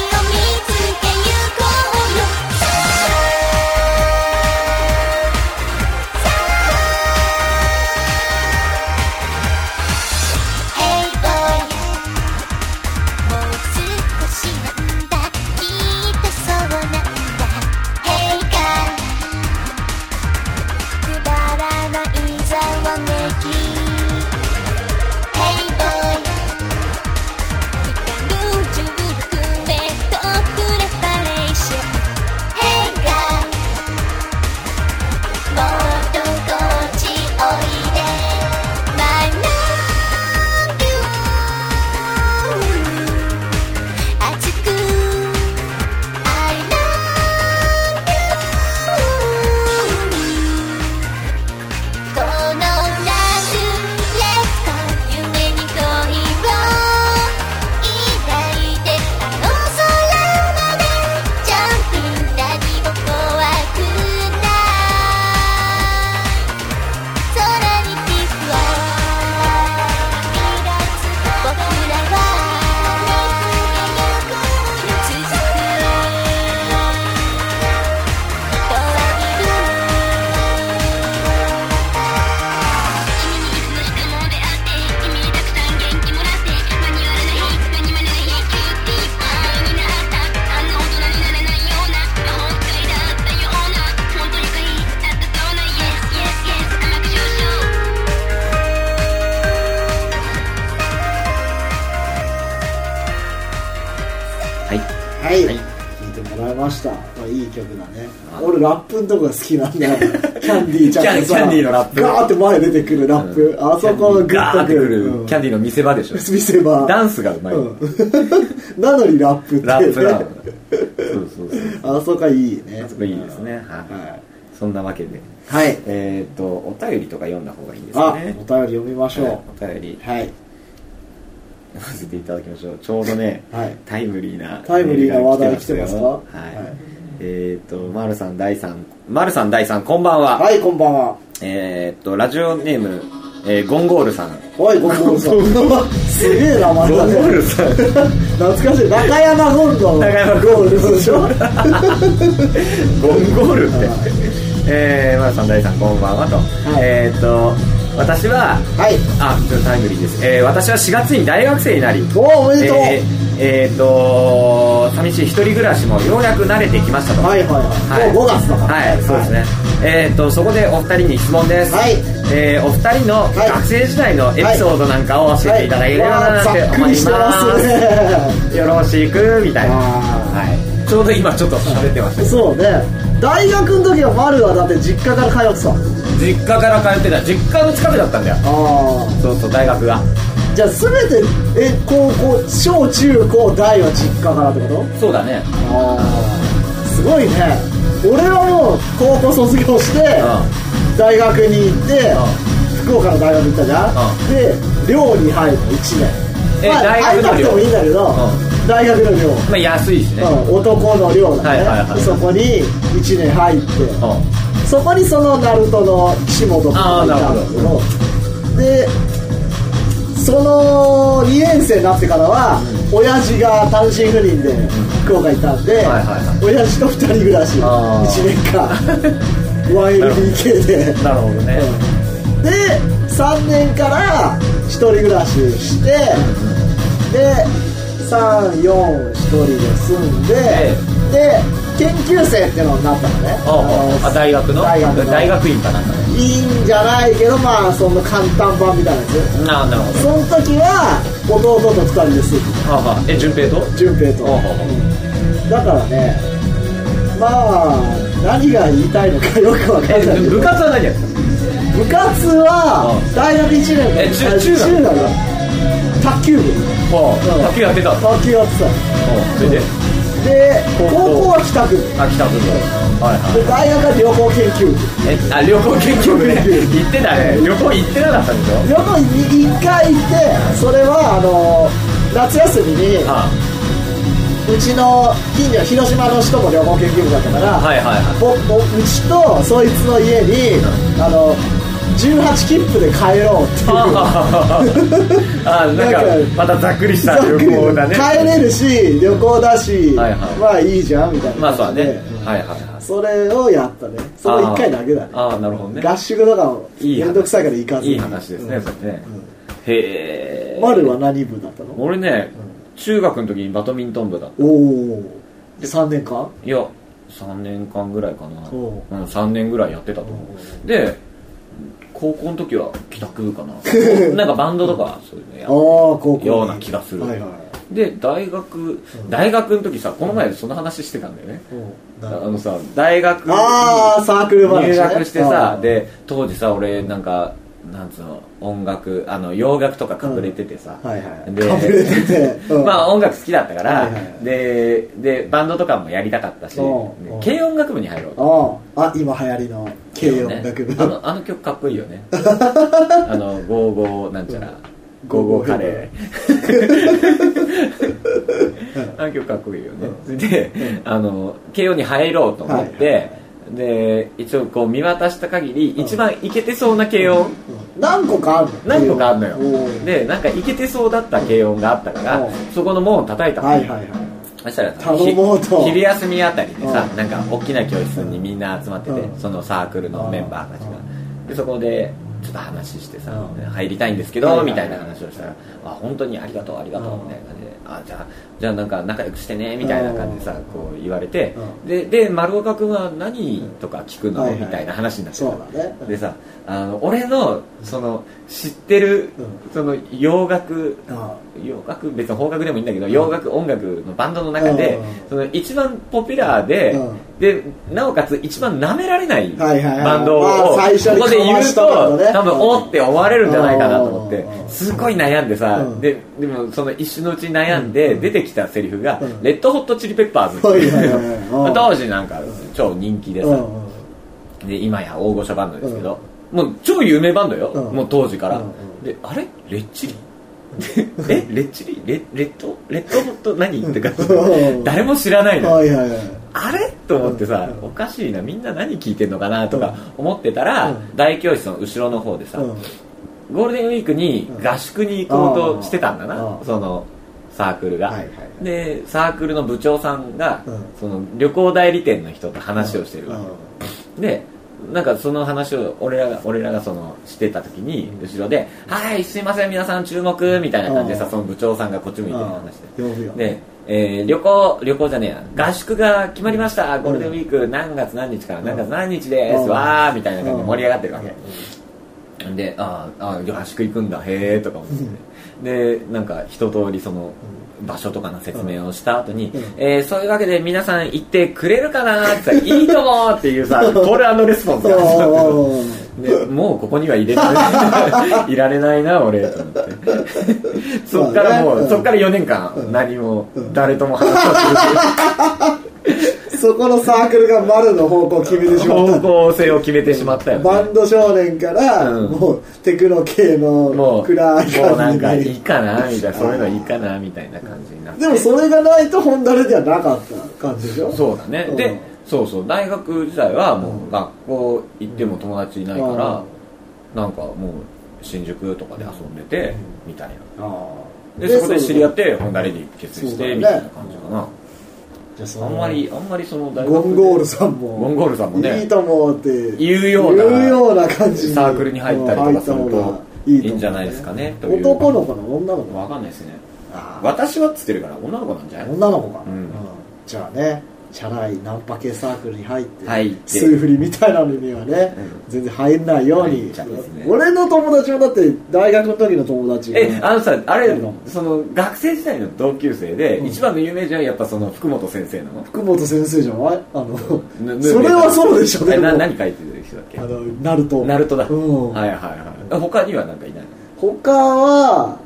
[SPEAKER 3] を見つけ行こうよさあさあ Hey boy もう少しなんだきっとそうなんだ Hey boy くだらないざわめき Hey boy 光る重力で遠くレパレーション Hey girl もっとこっちおいで My love you 熱く「I love you」「このラブレッド」「夢に恋を抱いて」「あの空までジャンプ」「何も怖くない」空にキスを飛び出す僕らは続く永遠に君にいつもしかも出会って君にたくさん元気もらって何わらない何もないキューティーパイになったあんな大人になれないような魔法使いだったような本当に可愛だったそうな Yes Yes Yes 甘く少々
[SPEAKER 1] はい
[SPEAKER 2] はい、
[SPEAKER 1] はい
[SPEAKER 2] 聞いてもらいました、まあ、いい曲だね
[SPEAKER 1] あ
[SPEAKER 2] 俺ラップのとこが好きな
[SPEAKER 1] (laughs)
[SPEAKER 2] んだよキャンディーちゃんが
[SPEAKER 1] キ
[SPEAKER 2] さ
[SPEAKER 1] ャンキャンディーのラップ
[SPEAKER 2] ガーって前出てくるラップ、あそこのグッ
[SPEAKER 1] ガー
[SPEAKER 2] と
[SPEAKER 1] って
[SPEAKER 2] く
[SPEAKER 1] く
[SPEAKER 2] る
[SPEAKER 1] る、キャンディーの見せ場でしょ
[SPEAKER 2] うん見せ場
[SPEAKER 1] ダンスがうまい、
[SPEAKER 2] うん (laughs) なのにラップって
[SPEAKER 1] ラップなの
[SPEAKER 2] ね
[SPEAKER 1] そうそうそう
[SPEAKER 2] あそこいいね
[SPEAKER 1] すごいいいですね、
[SPEAKER 2] は
[SPEAKER 1] はい、そんなわけで
[SPEAKER 2] い、はい、
[SPEAKER 1] えっ、とお便りとか読んだ方がいいんです
[SPEAKER 2] あ
[SPEAKER 1] か
[SPEAKER 2] お便
[SPEAKER 1] ね
[SPEAKER 2] り読みましょう
[SPEAKER 1] はいお便り
[SPEAKER 2] はい
[SPEAKER 1] 読ませていただきましょうちょうどね
[SPEAKER 2] はい
[SPEAKER 1] タイムリーな
[SPEAKER 2] タイムリーな話題来て
[SPEAKER 1] メー
[SPEAKER 2] ま
[SPEAKER 1] ルが
[SPEAKER 2] すか
[SPEAKER 1] よはい、
[SPEAKER 2] はい
[SPEAKER 1] えっ、と丸さん第三丸さん第三こんばんは、
[SPEAKER 2] はいこんばんは
[SPEAKER 1] えっ、とラジオネーム、えーゴンゴールさん
[SPEAKER 2] おいゴンゴルさん (laughs) すげえ名前だね
[SPEAKER 1] (laughs) ゴンゴルさん
[SPEAKER 2] 懐かしい中山ゴンゴ
[SPEAKER 1] 中山
[SPEAKER 2] ゴンゴルでしょ
[SPEAKER 1] ゴンゴールって
[SPEAKER 2] はい。
[SPEAKER 1] えー、マラさん、大さん、こんばんはと。
[SPEAKER 2] い
[SPEAKER 1] えーっと、私は、
[SPEAKER 2] はい
[SPEAKER 1] あ、ちょっとタイムリーです。えー、私は4月に大学生になり、
[SPEAKER 2] おーおめでとう、
[SPEAKER 1] えーえーっと、寂しい一人暮らしもようやく慣れてきましたと。
[SPEAKER 2] はいはいはい、もう5月だから
[SPEAKER 1] はい、そうですね。えー、とそこでお二人に質問です、
[SPEAKER 2] はい
[SPEAKER 1] えーお二人の
[SPEAKER 2] い
[SPEAKER 1] 学生時代のエピソードなんかを教えていただければなって
[SPEAKER 2] ざっ
[SPEAKER 1] 思い
[SPEAKER 2] く
[SPEAKER 1] ま
[SPEAKER 2] り
[SPEAKER 1] す,、
[SPEAKER 2] してますね
[SPEAKER 1] よろしくみたいな、
[SPEAKER 2] あ
[SPEAKER 1] はい、ちょうど今ちょっと喋ってました
[SPEAKER 2] そうね大学の時は丸はだって実家から通ってたもん
[SPEAKER 1] 実家から通ってた実家の近くだったんだよ
[SPEAKER 2] あ
[SPEAKER 1] そうそう大学が
[SPEAKER 2] あじゃあ全てえ高校小中高大は実家からってこと
[SPEAKER 1] そうだね
[SPEAKER 2] ああすごいね俺はもう高校卒業して、大学に行って、福岡の大学行ったじゃん、で寮に入るの1年
[SPEAKER 1] え
[SPEAKER 2] まあ
[SPEAKER 1] 大
[SPEAKER 2] 入
[SPEAKER 1] 学
[SPEAKER 2] ら
[SPEAKER 1] の
[SPEAKER 2] なく
[SPEAKER 1] 寮
[SPEAKER 2] てもいいんだけど、
[SPEAKER 1] う
[SPEAKER 2] 大学の寮、
[SPEAKER 1] まあ安いしね
[SPEAKER 2] うん男の寮だ
[SPEAKER 1] はい
[SPEAKER 2] ね、
[SPEAKER 1] はいはい
[SPEAKER 2] そこに1年入って、
[SPEAKER 1] うん
[SPEAKER 2] そこにそのナルトの岸本君がいたんだけどでその2年生になってからは、親父が単身赴任で福岡にいたんで、
[SPEAKER 1] はいは
[SPEAKER 2] 親父と2人暮らし
[SPEAKER 1] あー (laughs)
[SPEAKER 2] 1年間 1LDK で
[SPEAKER 1] なるほどね
[SPEAKER 2] で3年から1人暮らししてで34一人で住んで、
[SPEAKER 1] え
[SPEAKER 2] で研究生ってのになったのね
[SPEAKER 1] ああ
[SPEAKER 2] の
[SPEAKER 1] 大学の
[SPEAKER 2] 大学の
[SPEAKER 1] 院かなんかね
[SPEAKER 2] いいんじゃないけどまあその簡単版みたいなや
[SPEAKER 1] ああなるほ
[SPEAKER 2] つ
[SPEAKER 1] ど
[SPEAKER 2] その時は弟と2人で住んで
[SPEAKER 1] はあはあえ順平と
[SPEAKER 2] 順平と、
[SPEAKER 1] ほうほうほう
[SPEAKER 2] うんだからねまあ何が言いたいのかよくわかんないけ
[SPEAKER 1] え
[SPEAKER 2] ど
[SPEAKER 1] 部活は何やってたの
[SPEAKER 2] 部活は
[SPEAKER 1] うん
[SPEAKER 2] 大学1年の
[SPEAKER 1] え中中学
[SPEAKER 2] 学だ卓球部
[SPEAKER 1] はあ卓球やってた
[SPEAKER 2] 卓球やってた
[SPEAKER 1] それで
[SPEAKER 2] で
[SPEAKER 1] 高
[SPEAKER 2] 高
[SPEAKER 1] 校
[SPEAKER 2] 校は帰宅部
[SPEAKER 1] あ来た部分はいは
[SPEAKER 2] で大学は旅行研究部
[SPEAKER 1] いえあ旅行結局ね (laughs) 行ってたね旅行行ってなかったんでしょ
[SPEAKER 2] 旅行に1回行ってそれはあの夏休みに
[SPEAKER 1] あ
[SPEAKER 2] うちの近所広島の人も旅行研究部だったから、
[SPEAKER 1] あはいはいは
[SPEAKER 2] ぼぼうちとそいつの家にあの18切符で帰ろうっていう
[SPEAKER 1] (laughs) いああなんかまたざっくりした旅行だね
[SPEAKER 2] 帰れるし旅行だし、
[SPEAKER 1] はいはい
[SPEAKER 2] まあいいじゃんみたいな
[SPEAKER 1] まあそうだ
[SPEAKER 2] 感
[SPEAKER 1] ね
[SPEAKER 2] じで
[SPEAKER 1] はいはいはい
[SPEAKER 2] それをやったねその1回だけだね
[SPEAKER 1] ああなるほどね
[SPEAKER 2] 合宿とかも
[SPEAKER 1] いい
[SPEAKER 2] 面
[SPEAKER 1] 話
[SPEAKER 2] 倒くさいから行かずに
[SPEAKER 1] いい話ですね、
[SPEAKER 2] うん
[SPEAKER 1] それね、へえ
[SPEAKER 2] 丸は何部だったの
[SPEAKER 1] 俺ね、中学の時にバドミントン部だ
[SPEAKER 2] おお3年間
[SPEAKER 1] いや3年間ぐらいかなう
[SPEAKER 2] お
[SPEAKER 1] ん3年ぐらいやってたと思うで高校の時は帰宅部か
[SPEAKER 2] (laughs)
[SPEAKER 1] ななんかバンドとかそういうのや
[SPEAKER 2] ああ高校に
[SPEAKER 1] ような気がする
[SPEAKER 2] はいはい
[SPEAKER 1] で大学大学の時さこの前その話してたんだよねあ
[SPEAKER 2] あ
[SPEAKER 1] のさ大学に
[SPEAKER 2] あーサークル話ね
[SPEAKER 1] 入学してさ
[SPEAKER 2] うん
[SPEAKER 1] で当時さ俺なんかなんつうの音楽あの洋楽とかかぶれててさ、
[SPEAKER 2] はいはい
[SPEAKER 1] で
[SPEAKER 2] かぶれて
[SPEAKER 1] (laughs)
[SPEAKER 2] て、うん
[SPEAKER 1] まあ音楽好きだったから、
[SPEAKER 2] はいはいはい
[SPEAKER 1] ででバンドとかもやりたかったし
[SPEAKER 2] うんうん
[SPEAKER 1] 軽音楽部に入ろうと
[SPEAKER 2] あああ今流行りの軽音楽部
[SPEAKER 1] あのあの曲かっこいいよ
[SPEAKER 2] (laughs)
[SPEAKER 1] ねあの「ゴーゴーなんちゃら」ゴーゴーカレー (laughs) あの曲かっこいいよね、で、あの慶応に入ろうと思って、
[SPEAKER 2] はいはい
[SPEAKER 1] で一応こう見渡した限り一番イケてそうな慶応
[SPEAKER 2] 何個かあるの
[SPEAKER 1] 何個かあるの
[SPEAKER 2] お
[SPEAKER 1] よ
[SPEAKER 2] ー
[SPEAKER 1] でなんかイケてそうだった軽音があったから、
[SPEAKER 2] うん
[SPEAKER 1] そこの門を叩いたの、
[SPEAKER 2] はいはいはい
[SPEAKER 1] そしたらさ
[SPEAKER 2] 頼もうと
[SPEAKER 1] ひ昼休みあたりでさ、
[SPEAKER 2] うん
[SPEAKER 1] なんか大きな教室にみんな集まってて、
[SPEAKER 2] うん
[SPEAKER 1] そのサークルのメンバーたちが、
[SPEAKER 2] う
[SPEAKER 1] でそこでちょっと話してさ、
[SPEAKER 2] うん
[SPEAKER 1] 入りたいんですけ
[SPEAKER 2] はい
[SPEAKER 1] ど
[SPEAKER 2] はい
[SPEAKER 1] みたいな話をしたら、あ本当にありがとうありがとうみたいな感じで、あじゃあじゃあなんか仲良くしてねみたいな感じでさ、
[SPEAKER 2] うん
[SPEAKER 1] こう言われて、
[SPEAKER 2] うん
[SPEAKER 1] でで丸岡君は何とか聞くの、
[SPEAKER 2] はいはい
[SPEAKER 1] みたいな話になってさ
[SPEAKER 2] そうだね
[SPEAKER 1] でさあの俺のその知ってる、
[SPEAKER 2] うん
[SPEAKER 1] その洋楽
[SPEAKER 2] あ
[SPEAKER 1] 洋楽別に邦楽でもいいんだけど、洋楽音楽のバンドの中で、
[SPEAKER 2] うん
[SPEAKER 1] その一番ポピュラーで、
[SPEAKER 2] うん
[SPEAKER 1] でなおかつ一番舐められない
[SPEAKER 2] はいはいはい
[SPEAKER 1] バンドを、
[SPEAKER 2] まあ最初に
[SPEAKER 1] ここで言う
[SPEAKER 2] かまし
[SPEAKER 1] と、
[SPEAKER 2] たからね
[SPEAKER 1] 多分おって思われるんじゃないかなと思って、
[SPEAKER 2] うん
[SPEAKER 1] すごい悩んでさ、
[SPEAKER 2] うん
[SPEAKER 1] ででもその一瞬のうちに悩んで、
[SPEAKER 2] うん
[SPEAKER 1] 出てきたセリフが、
[SPEAKER 2] うん
[SPEAKER 1] レッドホットチリペッパーズって
[SPEAKER 2] はい
[SPEAKER 1] い、
[SPEAKER 2] はいはいううん
[SPEAKER 1] まあ (laughs) 当時なんか超人気でさ、
[SPEAKER 2] うんうん
[SPEAKER 1] で今や大御所バンドですけど、もう超有名バンドよ、
[SPEAKER 2] うん
[SPEAKER 1] もう当時から、
[SPEAKER 2] うん
[SPEAKER 1] であれレッチリえレッチリレレッドレッドホット何って感じ
[SPEAKER 2] うん
[SPEAKER 1] 誰も知らないの、
[SPEAKER 2] はいはいはい
[SPEAKER 1] あれと思ってさ、
[SPEAKER 2] うん
[SPEAKER 1] おかしいなみんな何聞いてんのかなとか思ってたら、
[SPEAKER 2] うん
[SPEAKER 1] 大教室の後ろの方でさ、
[SPEAKER 2] うん
[SPEAKER 1] ゴールデンウィークに合宿に行こうとしてたんだな、
[SPEAKER 2] うん
[SPEAKER 1] そのサークルが、
[SPEAKER 2] はいはいはい
[SPEAKER 1] でサークルの部長さんが、
[SPEAKER 2] うん
[SPEAKER 1] その旅行代理店の人と話をしてるわけ、
[SPEAKER 2] うん
[SPEAKER 1] でなんかその話を俺らが俺らがそのしてた時に後ろで「はいすいません皆さん注目」みたいな感じでさ
[SPEAKER 2] うん
[SPEAKER 1] その部長さんがこっち向いて
[SPEAKER 2] あ
[SPEAKER 1] 話して
[SPEAKER 2] あ呼ぶよ
[SPEAKER 1] で、えー旅行旅行じゃねえや合宿が決まりましたゴールデンウィーク何月何日から何月何日です、
[SPEAKER 2] うん
[SPEAKER 1] わーみたいな感じで盛り上がってるわけ、
[SPEAKER 2] う
[SPEAKER 1] で、あーあー、合宿行くんだ、へーとか思って。で、なんか一通りその、場所とかの説明をした後に、
[SPEAKER 2] うん
[SPEAKER 1] えーそういうわけで皆さん行ってくれるかなーって言ったら、いいともーっていうさ、コールレスポンス
[SPEAKER 2] ん
[SPEAKER 1] が始まって
[SPEAKER 2] おーおーお
[SPEAKER 1] で
[SPEAKER 2] ー
[SPEAKER 1] もうここには入れ
[SPEAKER 2] (laughs)
[SPEAKER 1] ないいられないな俺と思ってそっからもう、
[SPEAKER 2] うん
[SPEAKER 1] そっから4年間何も誰とも話さ
[SPEAKER 2] そこのサークルが丸の方向を決めて
[SPEAKER 1] ず
[SPEAKER 2] しまっ
[SPEAKER 1] 方
[SPEAKER 2] た
[SPEAKER 1] 向性を決めてしまったよね
[SPEAKER 2] バンド少年から、
[SPEAKER 1] うん
[SPEAKER 2] もうテクノ系
[SPEAKER 1] も
[SPEAKER 2] の
[SPEAKER 1] う
[SPEAKER 2] 暗い
[SPEAKER 1] もうなんか
[SPEAKER 2] 感じ
[SPEAKER 1] いい
[SPEAKER 2] に
[SPEAKER 1] かなみたいなそういうのいいかなみたいな感じになって
[SPEAKER 2] でもそれがないと本ダレではなかった感じでしょ
[SPEAKER 1] そうだね、
[SPEAKER 2] うん
[SPEAKER 1] でそうそう大学時代はもう学校行っても友達いないから、なんかもう新宿とかで遊んでて、みたいなでそこで知り合って本田レディ結成し
[SPEAKER 2] そうだ
[SPEAKER 1] て
[SPEAKER 2] ね
[SPEAKER 1] みたいな感じかな、あ
[SPEAKER 2] あ
[SPEAKER 1] んまりあんまりその大学
[SPEAKER 2] ゴンゴール
[SPEAKER 1] さ
[SPEAKER 2] さん
[SPEAKER 1] んゴン
[SPEAKER 2] も
[SPEAKER 1] ゴールさんもね
[SPEAKER 2] いいと思うって
[SPEAKER 1] 言うような
[SPEAKER 2] 言ような感じ
[SPEAKER 1] サークルに入ったりとかする
[SPEAKER 2] 入った方
[SPEAKER 1] とい
[SPEAKER 2] がと思うね
[SPEAKER 1] いんじゃないですかねという
[SPEAKER 2] 男の子の女の子
[SPEAKER 1] わかんないですね
[SPEAKER 2] あー
[SPEAKER 1] 私はっつってるから女の子なんじゃない
[SPEAKER 2] 女の子か、
[SPEAKER 1] うん
[SPEAKER 2] じゃあねチャラいナンパ系サークルに入って
[SPEAKER 1] 入って
[SPEAKER 2] スーフリみたいなのにはね、
[SPEAKER 1] う
[SPEAKER 2] 全然入んないよう
[SPEAKER 1] 入
[SPEAKER 2] に、
[SPEAKER 1] っちゃうんですね
[SPEAKER 2] 俺の友達もだって大学の時の友達が
[SPEAKER 1] えあのさあれ
[SPEAKER 2] うん
[SPEAKER 1] その学生時代の同級生で、
[SPEAKER 2] うん
[SPEAKER 1] 一番の有名人はやっぱその福本先生なの
[SPEAKER 2] 福本先生じゃないあの
[SPEAKER 1] (laughs) ぬ
[SPEAKER 2] それはそうでしょ
[SPEAKER 1] えな
[SPEAKER 2] も
[SPEAKER 1] 何書いてる人だっけ
[SPEAKER 2] あのナルト
[SPEAKER 1] ナルトだ、
[SPEAKER 2] うん
[SPEAKER 1] はいはいはい他にはなんかいないの
[SPEAKER 2] 他は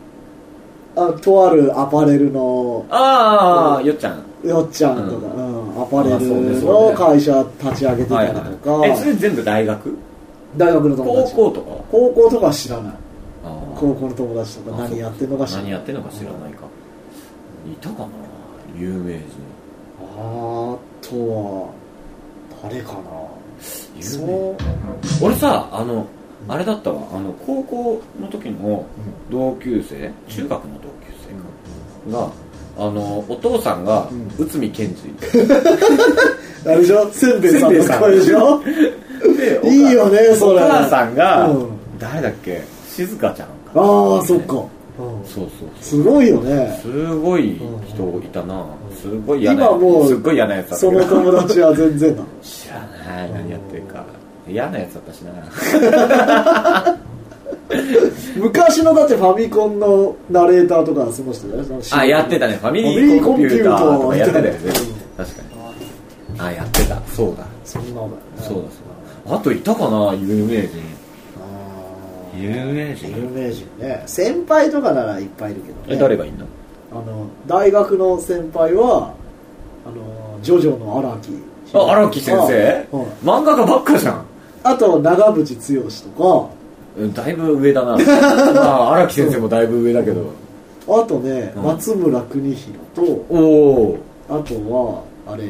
[SPEAKER 2] あとあるアパレルの
[SPEAKER 1] ああ、
[SPEAKER 2] うん
[SPEAKER 1] よっちゃん
[SPEAKER 2] よっちゃんとか、
[SPEAKER 1] う
[SPEAKER 2] うんアパレ
[SPEAKER 1] あそうね
[SPEAKER 2] ル
[SPEAKER 1] そう
[SPEAKER 2] の
[SPEAKER 1] ね
[SPEAKER 2] 会社立ち上げてた
[SPEAKER 1] はい
[SPEAKER 2] りとか、
[SPEAKER 1] はいえそれ全部大学
[SPEAKER 2] 大学の友
[SPEAKER 1] 高
[SPEAKER 2] 達
[SPEAKER 1] 校とかは
[SPEAKER 2] 高校とかは知らない
[SPEAKER 1] あー
[SPEAKER 2] 高校の友達とか
[SPEAKER 1] あ
[SPEAKER 2] 何やってるのか知ら
[SPEAKER 1] 何
[SPEAKER 2] ない
[SPEAKER 1] やってんのか知らないかいたかな有名人
[SPEAKER 2] あとは誰かな
[SPEAKER 1] 有名
[SPEAKER 2] そう
[SPEAKER 1] 俺さあの
[SPEAKER 2] うん
[SPEAKER 1] あれだったわあの高校の時の同級生中学の同級生かがあのお父さんが
[SPEAKER 2] うん
[SPEAKER 1] 内海賢
[SPEAKER 2] (laughs)
[SPEAKER 1] 治
[SPEAKER 2] あれでしょせんべいさんの声でしょ
[SPEAKER 1] でお母
[SPEAKER 2] いいよねそ
[SPEAKER 1] お
[SPEAKER 2] れ
[SPEAKER 1] 母さんが
[SPEAKER 2] うん
[SPEAKER 1] 誰だっけ静香ちゃんかな
[SPEAKER 2] ああそっか、うん
[SPEAKER 1] そうそうそう
[SPEAKER 2] すごいよね
[SPEAKER 1] すごい人いたなすごい嫌な
[SPEAKER 2] 今もう
[SPEAKER 1] すっごい嫌なやつだった
[SPEAKER 2] そ
[SPEAKER 1] けど
[SPEAKER 2] の友達は全然なの
[SPEAKER 1] 知らない何やってるか嫌なやつだったしな
[SPEAKER 2] 昔のだってファミコンのナレーターとかその人だよその
[SPEAKER 1] あやってたねファミリ
[SPEAKER 2] ファミ
[SPEAKER 1] ー
[SPEAKER 2] リー
[SPEAKER 1] コ
[SPEAKER 2] コ
[SPEAKER 1] ン
[SPEAKER 2] ン
[SPEAKER 1] ピ
[SPEAKER 2] ピ
[SPEAKER 1] ュー
[SPEAKER 2] ュー
[SPEAKER 1] タ
[SPEAKER 2] タ
[SPEAKER 1] ー
[SPEAKER 2] ー
[SPEAKER 1] と
[SPEAKER 2] と
[SPEAKER 1] か
[SPEAKER 2] か
[SPEAKER 1] や
[SPEAKER 2] や
[SPEAKER 1] っ
[SPEAKER 2] ってて
[SPEAKER 1] た
[SPEAKER 2] た
[SPEAKER 1] よね確かにあや
[SPEAKER 2] よね
[SPEAKER 1] ってたそうだ
[SPEAKER 2] そんなの
[SPEAKER 1] そうだそうだあといたかな有名人
[SPEAKER 2] あー
[SPEAKER 1] 有名
[SPEAKER 2] 有名人ね先輩とかならいっぱいいるけどね
[SPEAKER 1] え誰がいんの
[SPEAKER 2] あの大学の先輩はあのジョジョの荒木
[SPEAKER 1] あ荒木先生
[SPEAKER 2] あ,はい、
[SPEAKER 1] 漫画家ばっかじゃん
[SPEAKER 2] あと長渕剛と
[SPEAKER 1] うんだいぶ上
[SPEAKER 2] (laughs)
[SPEAKER 1] だなまあ荒木先生もだいぶ上だけど
[SPEAKER 2] かあとね、
[SPEAKER 1] うん
[SPEAKER 2] 松村邦弘と
[SPEAKER 1] おお
[SPEAKER 2] あとはあれ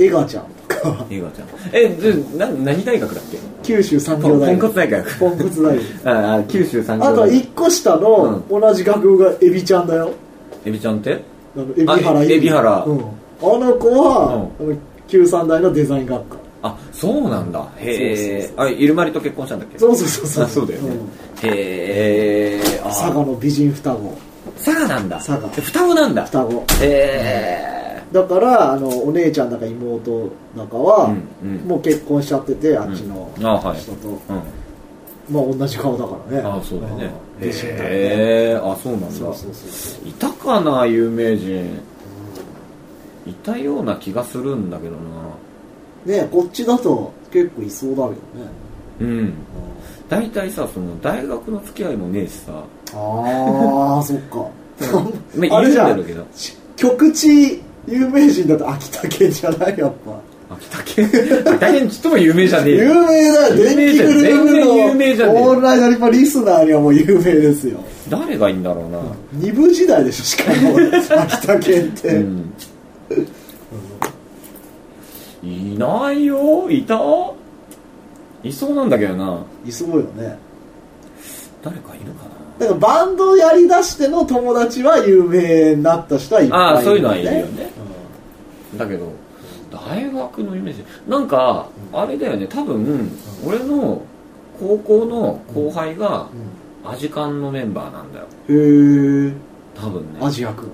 [SPEAKER 2] エガちゃんとか
[SPEAKER 1] 映画ちゃんえでな何大学だっけ
[SPEAKER 2] 九州産業大
[SPEAKER 1] ポンコ
[SPEAKER 2] 学
[SPEAKER 1] ツ大学
[SPEAKER 2] ポンコツ
[SPEAKER 1] (laughs)
[SPEAKER 2] 大学
[SPEAKER 1] ああ九州産業
[SPEAKER 2] あと一個下の同じ学部がエビちゃんだよ
[SPEAKER 1] エビちゃんって
[SPEAKER 2] あのエビ原
[SPEAKER 1] エビ原
[SPEAKER 2] うん、あの子は、あの旧三大のデザイン学科
[SPEAKER 1] あそうなんだへ
[SPEAKER 2] そう
[SPEAKER 1] え
[SPEAKER 2] そうそう
[SPEAKER 1] あれイルマリと結婚したんだっけ
[SPEAKER 2] そうそうそうそう
[SPEAKER 1] あそうだよね、
[SPEAKER 2] ん
[SPEAKER 1] へえあ
[SPEAKER 2] 佐賀の美人双子
[SPEAKER 1] 佐賀なんだ
[SPEAKER 2] 佐賀
[SPEAKER 1] 双子なんだ
[SPEAKER 2] 双子
[SPEAKER 1] へ
[SPEAKER 2] だからあのお姉ちゃんだか妹だかは、
[SPEAKER 1] うんうん
[SPEAKER 2] もう結婚しちゃっててあっちの
[SPEAKER 1] うんあはい
[SPEAKER 2] 人と、
[SPEAKER 1] えうん
[SPEAKER 2] まあ同じ顔だからね
[SPEAKER 1] あそうだよね
[SPEAKER 2] うん美人だよね
[SPEAKER 1] へえあそうなんだ
[SPEAKER 2] そうそうそう
[SPEAKER 1] いたかな有名人いたような気がするんだけどな
[SPEAKER 2] ねこっちだと結構いそうだけどね
[SPEAKER 1] うん大体さその大学の付き合いもねえしさ
[SPEAKER 2] ああそっか
[SPEAKER 1] まあ
[SPEAKER 2] あれじゃ
[SPEAKER 1] い
[SPEAKER 2] ん
[SPEAKER 1] るんだろう
[SPEAKER 2] ち局地有名人だと秋田県じゃないやっぱ
[SPEAKER 1] 秋田 (laughs) 県秋田県ちっとも有名じゃねえ
[SPEAKER 2] 有
[SPEAKER 1] よ
[SPEAKER 2] 名だよ
[SPEAKER 1] 有名
[SPEAKER 2] 電
[SPEAKER 1] じ
[SPEAKER 2] 気
[SPEAKER 1] ゃん
[SPEAKER 2] グル
[SPEAKER 1] 全然有名
[SPEAKER 2] ー
[SPEAKER 1] じ
[SPEAKER 2] プ
[SPEAKER 1] ゃねえ
[SPEAKER 2] のオールナイトリッパリスナーにはもう有名ですよ
[SPEAKER 1] 誰がいいんだろうな
[SPEAKER 2] 二部時代でしょしかも秋田県って、
[SPEAKER 1] うんいないよいたいそうなんだけどない
[SPEAKER 2] そうよね
[SPEAKER 1] 誰かいるか
[SPEAKER 2] だからバンドやりだしての友達は有名になった人はいっぱい
[SPEAKER 1] あーそういうのはいるよね
[SPEAKER 2] うん
[SPEAKER 1] なだけど大学のイメージなんかあれだよね多分俺の高校の後輩がアジカンのメンバーなんだよ
[SPEAKER 2] へえ
[SPEAKER 1] 多分ね
[SPEAKER 2] アジア君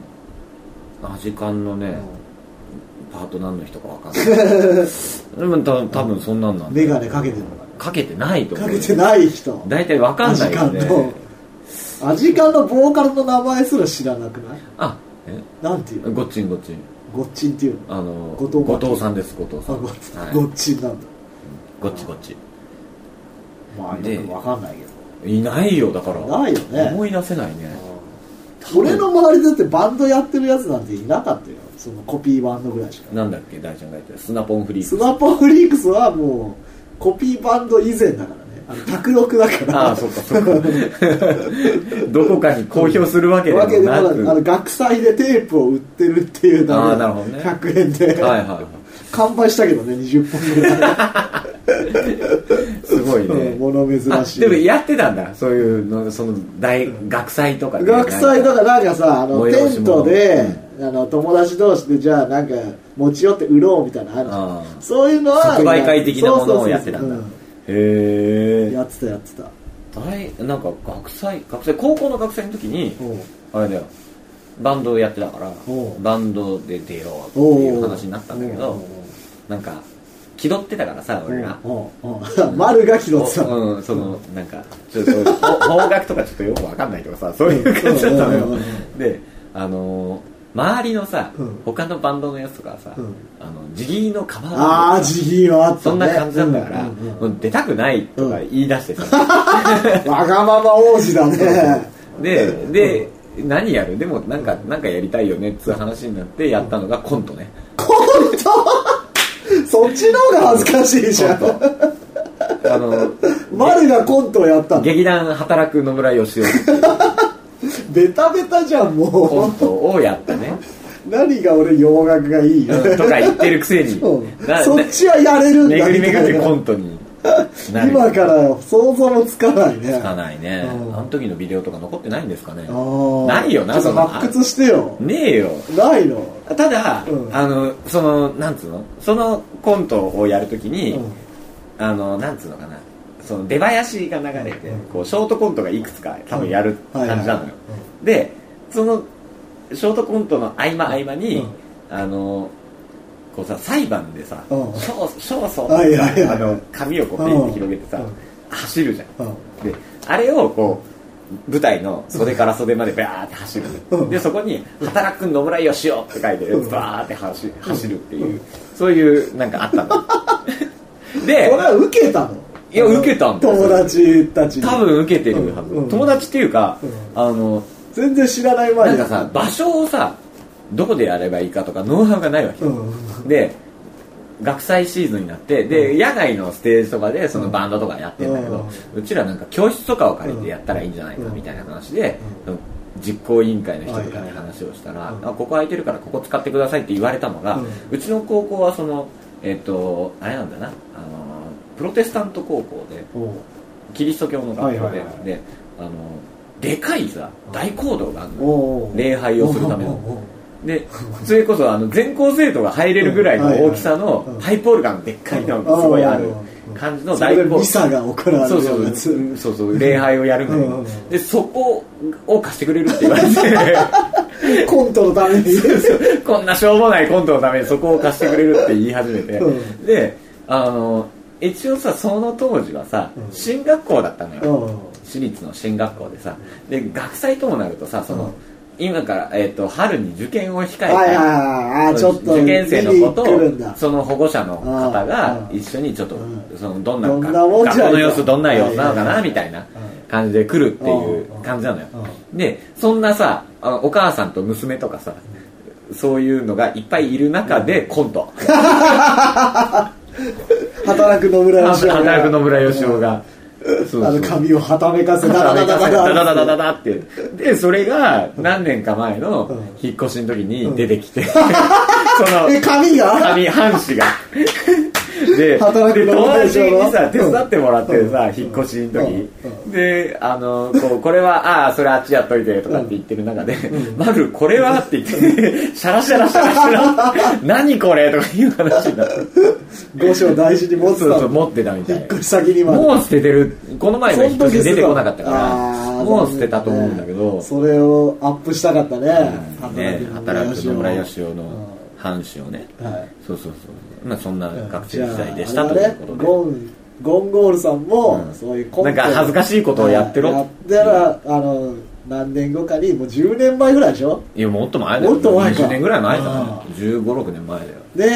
[SPEAKER 1] アジカンのねパート何の人かわかん
[SPEAKER 2] (laughs)
[SPEAKER 1] ないでも多分多分そんなんなんだ
[SPEAKER 2] メ
[SPEAKER 1] よ
[SPEAKER 2] ガネかけてるのか
[SPEAKER 1] かけてないと
[SPEAKER 2] な
[SPEAKER 1] 思う
[SPEAKER 2] かけてない人
[SPEAKER 1] 大体わかん
[SPEAKER 2] ア
[SPEAKER 1] な
[SPEAKER 2] ジ
[SPEAKER 1] い
[SPEAKER 2] カ
[SPEAKER 1] よ
[SPEAKER 2] ン
[SPEAKER 1] ね
[SPEAKER 2] のアジカンのボーカルの名前すら知らなくない
[SPEAKER 1] あえ
[SPEAKER 2] なんていうの
[SPEAKER 1] ごっちんごっちん
[SPEAKER 2] ごっちんっていうの
[SPEAKER 1] あの
[SPEAKER 2] 後藤真希
[SPEAKER 1] さんです後藤
[SPEAKER 2] あ
[SPEAKER 1] さん
[SPEAKER 2] ご
[SPEAKER 1] はい
[SPEAKER 2] ごっちんなんだ
[SPEAKER 1] ごっちごっち
[SPEAKER 2] まあ
[SPEAKER 1] で
[SPEAKER 2] よくわかんないけ
[SPEAKER 1] いないよだから
[SPEAKER 2] どないよね
[SPEAKER 1] 思い出せないね
[SPEAKER 2] 俺の周りでだってバンドやってるやつなんていなかったよそのコピーバンドぐらいしか
[SPEAKER 1] なんだっけ大ちゃんが言ってたスナポンフリー
[SPEAKER 2] ス
[SPEAKER 1] ク
[SPEAKER 2] マポフリークスはもうコピーバンド以前だからねあの卓録だから
[SPEAKER 1] ああそっかそっかどこかに (laughs) 公表するわけでも
[SPEAKER 2] わけでもな
[SPEAKER 1] な
[SPEAKER 2] く
[SPEAKER 1] く
[SPEAKER 2] あの学祭でテープを売ってるっていう
[SPEAKER 1] あ
[SPEAKER 2] の
[SPEAKER 1] あなるほどね
[SPEAKER 2] 100円で、
[SPEAKER 1] はいは
[SPEAKER 2] 完売したけどね20本ぐらい
[SPEAKER 1] いすごい (laughs)
[SPEAKER 2] うん
[SPEAKER 1] ね
[SPEAKER 2] 物珍
[SPEAKER 1] あ
[SPEAKER 2] しい
[SPEAKER 1] でもやってたんだそういうのその大学祭とかで
[SPEAKER 2] 学祭とかなんかさあの
[SPEAKER 1] 催し
[SPEAKER 2] テント
[SPEAKER 1] 物
[SPEAKER 2] で、あの友達同士でじゃあなんか持ち寄って売ろうみたいなのあるじゃん
[SPEAKER 1] ああ
[SPEAKER 2] そういうのは
[SPEAKER 1] 即売会的なものをやってたんだ
[SPEAKER 2] そうそうそうそう
[SPEAKER 1] へ
[SPEAKER 2] やってたやってた
[SPEAKER 1] えなんか学祭学祭高校の学祭の時に
[SPEAKER 2] うん
[SPEAKER 1] あれだよバンドをやってたから
[SPEAKER 2] おう
[SPEAKER 1] バンドで出ようっていう話になったんだけ
[SPEAKER 2] うん
[SPEAKER 1] どなんか気取ってたからさ俺が
[SPEAKER 2] うんうん (laughs) 丸が拾ってたの
[SPEAKER 1] うん、そのなんかちょっとそういうほ方角とかちょっとよくわかんないとかさそういう感じだったの
[SPEAKER 2] うんうんう
[SPEAKER 1] よ
[SPEAKER 2] ん
[SPEAKER 1] であのー周りのさ、
[SPEAKER 2] うん
[SPEAKER 1] 他のバンドのやつとかさ、
[SPEAKER 2] うん
[SPEAKER 1] あのジギーのカバー
[SPEAKER 2] ああジギーはあったね
[SPEAKER 1] そんな感じなんだから、
[SPEAKER 2] うんうんう
[SPEAKER 1] も
[SPEAKER 2] ん
[SPEAKER 1] う出たくないとか言い出してさ、
[SPEAKER 2] わがまま王子だね
[SPEAKER 1] でで、何やるでもなんかなんかやりたいよねっつう話になってやったのがコントね、
[SPEAKER 2] そっちの方が恥ずかしいじゃん
[SPEAKER 1] あの
[SPEAKER 2] 丸がコントをやったの
[SPEAKER 1] 劇団働く野村義雄
[SPEAKER 2] ベタベタじゃん
[SPEAKER 1] コ
[SPEAKER 2] も
[SPEAKER 1] ントをやったね
[SPEAKER 2] う何が俺洋楽がいいよ
[SPEAKER 1] うんとか言ってるくせに
[SPEAKER 2] そう
[SPEAKER 1] な
[SPEAKER 2] そっちはやれるんだ
[SPEAKER 1] 巡り巡って
[SPEAKER 2] みたいな
[SPEAKER 1] コントになる
[SPEAKER 2] 今から想像もつかないね
[SPEAKER 1] つかないねあ
[SPEAKER 2] うん
[SPEAKER 1] の時のビデオとか残ってないんですかね
[SPEAKER 2] あー
[SPEAKER 1] ないよな
[SPEAKER 2] ちょ
[SPEAKER 1] そ
[SPEAKER 2] っ
[SPEAKER 1] の
[SPEAKER 2] と発掘してよ
[SPEAKER 1] ねえよ
[SPEAKER 2] ないの
[SPEAKER 1] ただ、
[SPEAKER 2] うん
[SPEAKER 1] あのそのなんつうのそのコントをやるときに、
[SPEAKER 2] うん
[SPEAKER 1] あのなんつうのかなその出囃子が流れて、
[SPEAKER 2] うん
[SPEAKER 1] こうショートコントがいくつか多分やる
[SPEAKER 2] うんはいはい
[SPEAKER 1] 感じなのよ、でそのショートコントの合間合間に、
[SPEAKER 2] うん
[SPEAKER 1] あのこうさ裁判でさ
[SPEAKER 2] うん
[SPEAKER 1] 勝勝訴
[SPEAKER 2] はいはいはい
[SPEAKER 1] あの紙をこうペン
[SPEAKER 2] う
[SPEAKER 1] で
[SPEAKER 2] ん
[SPEAKER 1] 広げてさ、
[SPEAKER 2] うん
[SPEAKER 1] 走るじゃん
[SPEAKER 2] うん
[SPEAKER 1] であれをこう舞台の袖から袖までバーって走る、
[SPEAKER 2] うん
[SPEAKER 1] でそこに「働く野村よしよ」って書いて
[SPEAKER 2] うん
[SPEAKER 1] バーって走走るっていう、そういうなんかあった
[SPEAKER 2] (laughs)
[SPEAKER 1] ので
[SPEAKER 2] 俺は受けたの
[SPEAKER 1] いや受けたんだよ
[SPEAKER 2] 友達たちに
[SPEAKER 1] 多分受けてるはず、
[SPEAKER 2] うん
[SPEAKER 1] 友達っていうか、
[SPEAKER 2] う
[SPEAKER 1] あの
[SPEAKER 2] 全然知らない前
[SPEAKER 1] なん
[SPEAKER 2] に
[SPEAKER 1] かさ場所をさどこでやればいいかとかノウハウがないわけ、
[SPEAKER 2] うん
[SPEAKER 1] で学祭シーズンになってで、野外のステージとかでそのバンドとかやってんだけど、うちらなんか教室とかを借りてやったらいいんじゃないかみたいな話で、その実行委員会の人とかに話をしたら、
[SPEAKER 2] はいはい
[SPEAKER 1] あここ空いてるからここ使ってくださいって言われたのが、
[SPEAKER 2] う
[SPEAKER 1] うんちの高校はそのえっ、とあれなんだなあのプロテスタント高校で
[SPEAKER 2] おう
[SPEAKER 1] キリスト教の学校で、
[SPEAKER 2] はいはいはい
[SPEAKER 1] であのでかいさ大講堂があるのよ
[SPEAKER 2] おう
[SPEAKER 1] 礼拝をするための
[SPEAKER 2] おうおうおう
[SPEAKER 1] でそれこそあの全校生徒が入れるぐらいの大きさ
[SPEAKER 2] うん
[SPEAKER 1] のパイプオルガンでっかいの
[SPEAKER 2] うん
[SPEAKER 1] がすごいある
[SPEAKER 2] うん
[SPEAKER 1] 感じの
[SPEAKER 2] それ
[SPEAKER 1] 大
[SPEAKER 2] で
[SPEAKER 1] 工
[SPEAKER 2] ミサが行われ
[SPEAKER 1] そう
[SPEAKER 2] る
[SPEAKER 1] そ
[SPEAKER 2] ようなや
[SPEAKER 1] う
[SPEAKER 2] つ
[SPEAKER 1] そうそうそう礼拝をやるんだけ
[SPEAKER 2] うんうんう
[SPEAKER 1] ど
[SPEAKER 2] ん
[SPEAKER 1] でそこを貸してくれるって (laughs) 言われて
[SPEAKER 2] コントのために
[SPEAKER 1] こんなしょうもないコントのためにそこを貸してくれるって言い始めて
[SPEAKER 2] う
[SPEAKER 1] であの一応さその当時はさ
[SPEAKER 2] うん
[SPEAKER 1] 進学校だったの
[SPEAKER 2] う
[SPEAKER 1] よ
[SPEAKER 2] ん
[SPEAKER 1] 私立の進学校でさで学祭ともなるとさそうの
[SPEAKER 2] ん
[SPEAKER 1] 今から、えっと春に受験を控え
[SPEAKER 2] はいはいはい
[SPEAKER 1] て
[SPEAKER 2] あーちょっと
[SPEAKER 1] 受験生の子
[SPEAKER 2] 見に来るん
[SPEAKER 1] と
[SPEAKER 2] だ
[SPEAKER 1] その保護者の方が
[SPEAKER 2] うん
[SPEAKER 1] 一緒にちょっと
[SPEAKER 2] うん
[SPEAKER 1] そのどんな
[SPEAKER 2] どんなもんじゃ
[SPEAKER 1] 学校の様
[SPEAKER 2] いい
[SPEAKER 1] 子
[SPEAKER 2] か
[SPEAKER 1] どんな様子なのか
[SPEAKER 2] はいはいは
[SPEAKER 1] ないみたいな感じで来るっていう感じなのよでそんなさあのお母さんと娘とかさそういうのがいっぱいいる中でコント
[SPEAKER 2] 働く
[SPEAKER 1] 「
[SPEAKER 2] 野村
[SPEAKER 1] あ
[SPEAKER 2] よしおが
[SPEAKER 1] 働く野村よしおが」そう
[SPEAKER 2] あ
[SPEAKER 1] そう
[SPEAKER 2] の髪をはためかせ
[SPEAKER 1] ダ
[SPEAKER 2] ダ
[SPEAKER 1] ダ
[SPEAKER 2] ダ
[SPEAKER 1] ダダ
[SPEAKER 2] ダダ
[SPEAKER 1] ダダ
[SPEAKER 2] ダダ
[SPEAKER 1] ダダダってでそれが何年か前の引っ越しの時に出てきてその
[SPEAKER 2] え髪が
[SPEAKER 1] 紙半紙がで
[SPEAKER 2] 働く
[SPEAKER 1] で
[SPEAKER 2] の
[SPEAKER 1] 友
[SPEAKER 2] も大
[SPEAKER 1] 達
[SPEAKER 2] 丈夫
[SPEAKER 1] にさ手伝ってもらってるさ
[SPEAKER 2] うん
[SPEAKER 1] 引っ越しの時
[SPEAKER 2] うんう
[SPEAKER 1] にであのこうこれはああーそれあっちやっといてとかって言ってる中で「まるこれは?」って言ってシャラシャラシャラシャラ何これとかいう話になって
[SPEAKER 2] 五章大事に持ってた
[SPEAKER 1] そうそう
[SPEAKER 2] の
[SPEAKER 1] 持ってたみたい
[SPEAKER 2] 一個先にまで
[SPEAKER 1] もう捨ててるこの前の引っ越し出てこなかったから
[SPEAKER 2] あー
[SPEAKER 1] もう捨てたと思うんだけど、
[SPEAKER 2] それをアップしたかったね
[SPEAKER 1] ね働く野村
[SPEAKER 2] よ
[SPEAKER 1] 義雄の半紙をね、
[SPEAKER 2] はい
[SPEAKER 1] そうそうそうまあそんな学生
[SPEAKER 2] じゃ
[SPEAKER 1] 時
[SPEAKER 2] あ
[SPEAKER 1] 代でしたと
[SPEAKER 2] あれ
[SPEAKER 1] い
[SPEAKER 2] だ
[SPEAKER 1] う
[SPEAKER 2] ね
[SPEAKER 1] ことで
[SPEAKER 2] ゴンゴンゴールさんも、
[SPEAKER 1] うん
[SPEAKER 2] そういうコント
[SPEAKER 1] なんか恥ずかしいことをやってろ
[SPEAKER 2] やったらあの何年後かにもう10年前ぐらいでしょ
[SPEAKER 1] いやもっと前だよ
[SPEAKER 2] もっと前か
[SPEAKER 1] 20年ぐらい前だ
[SPEAKER 2] あ
[SPEAKER 1] な1 5 6年前だよ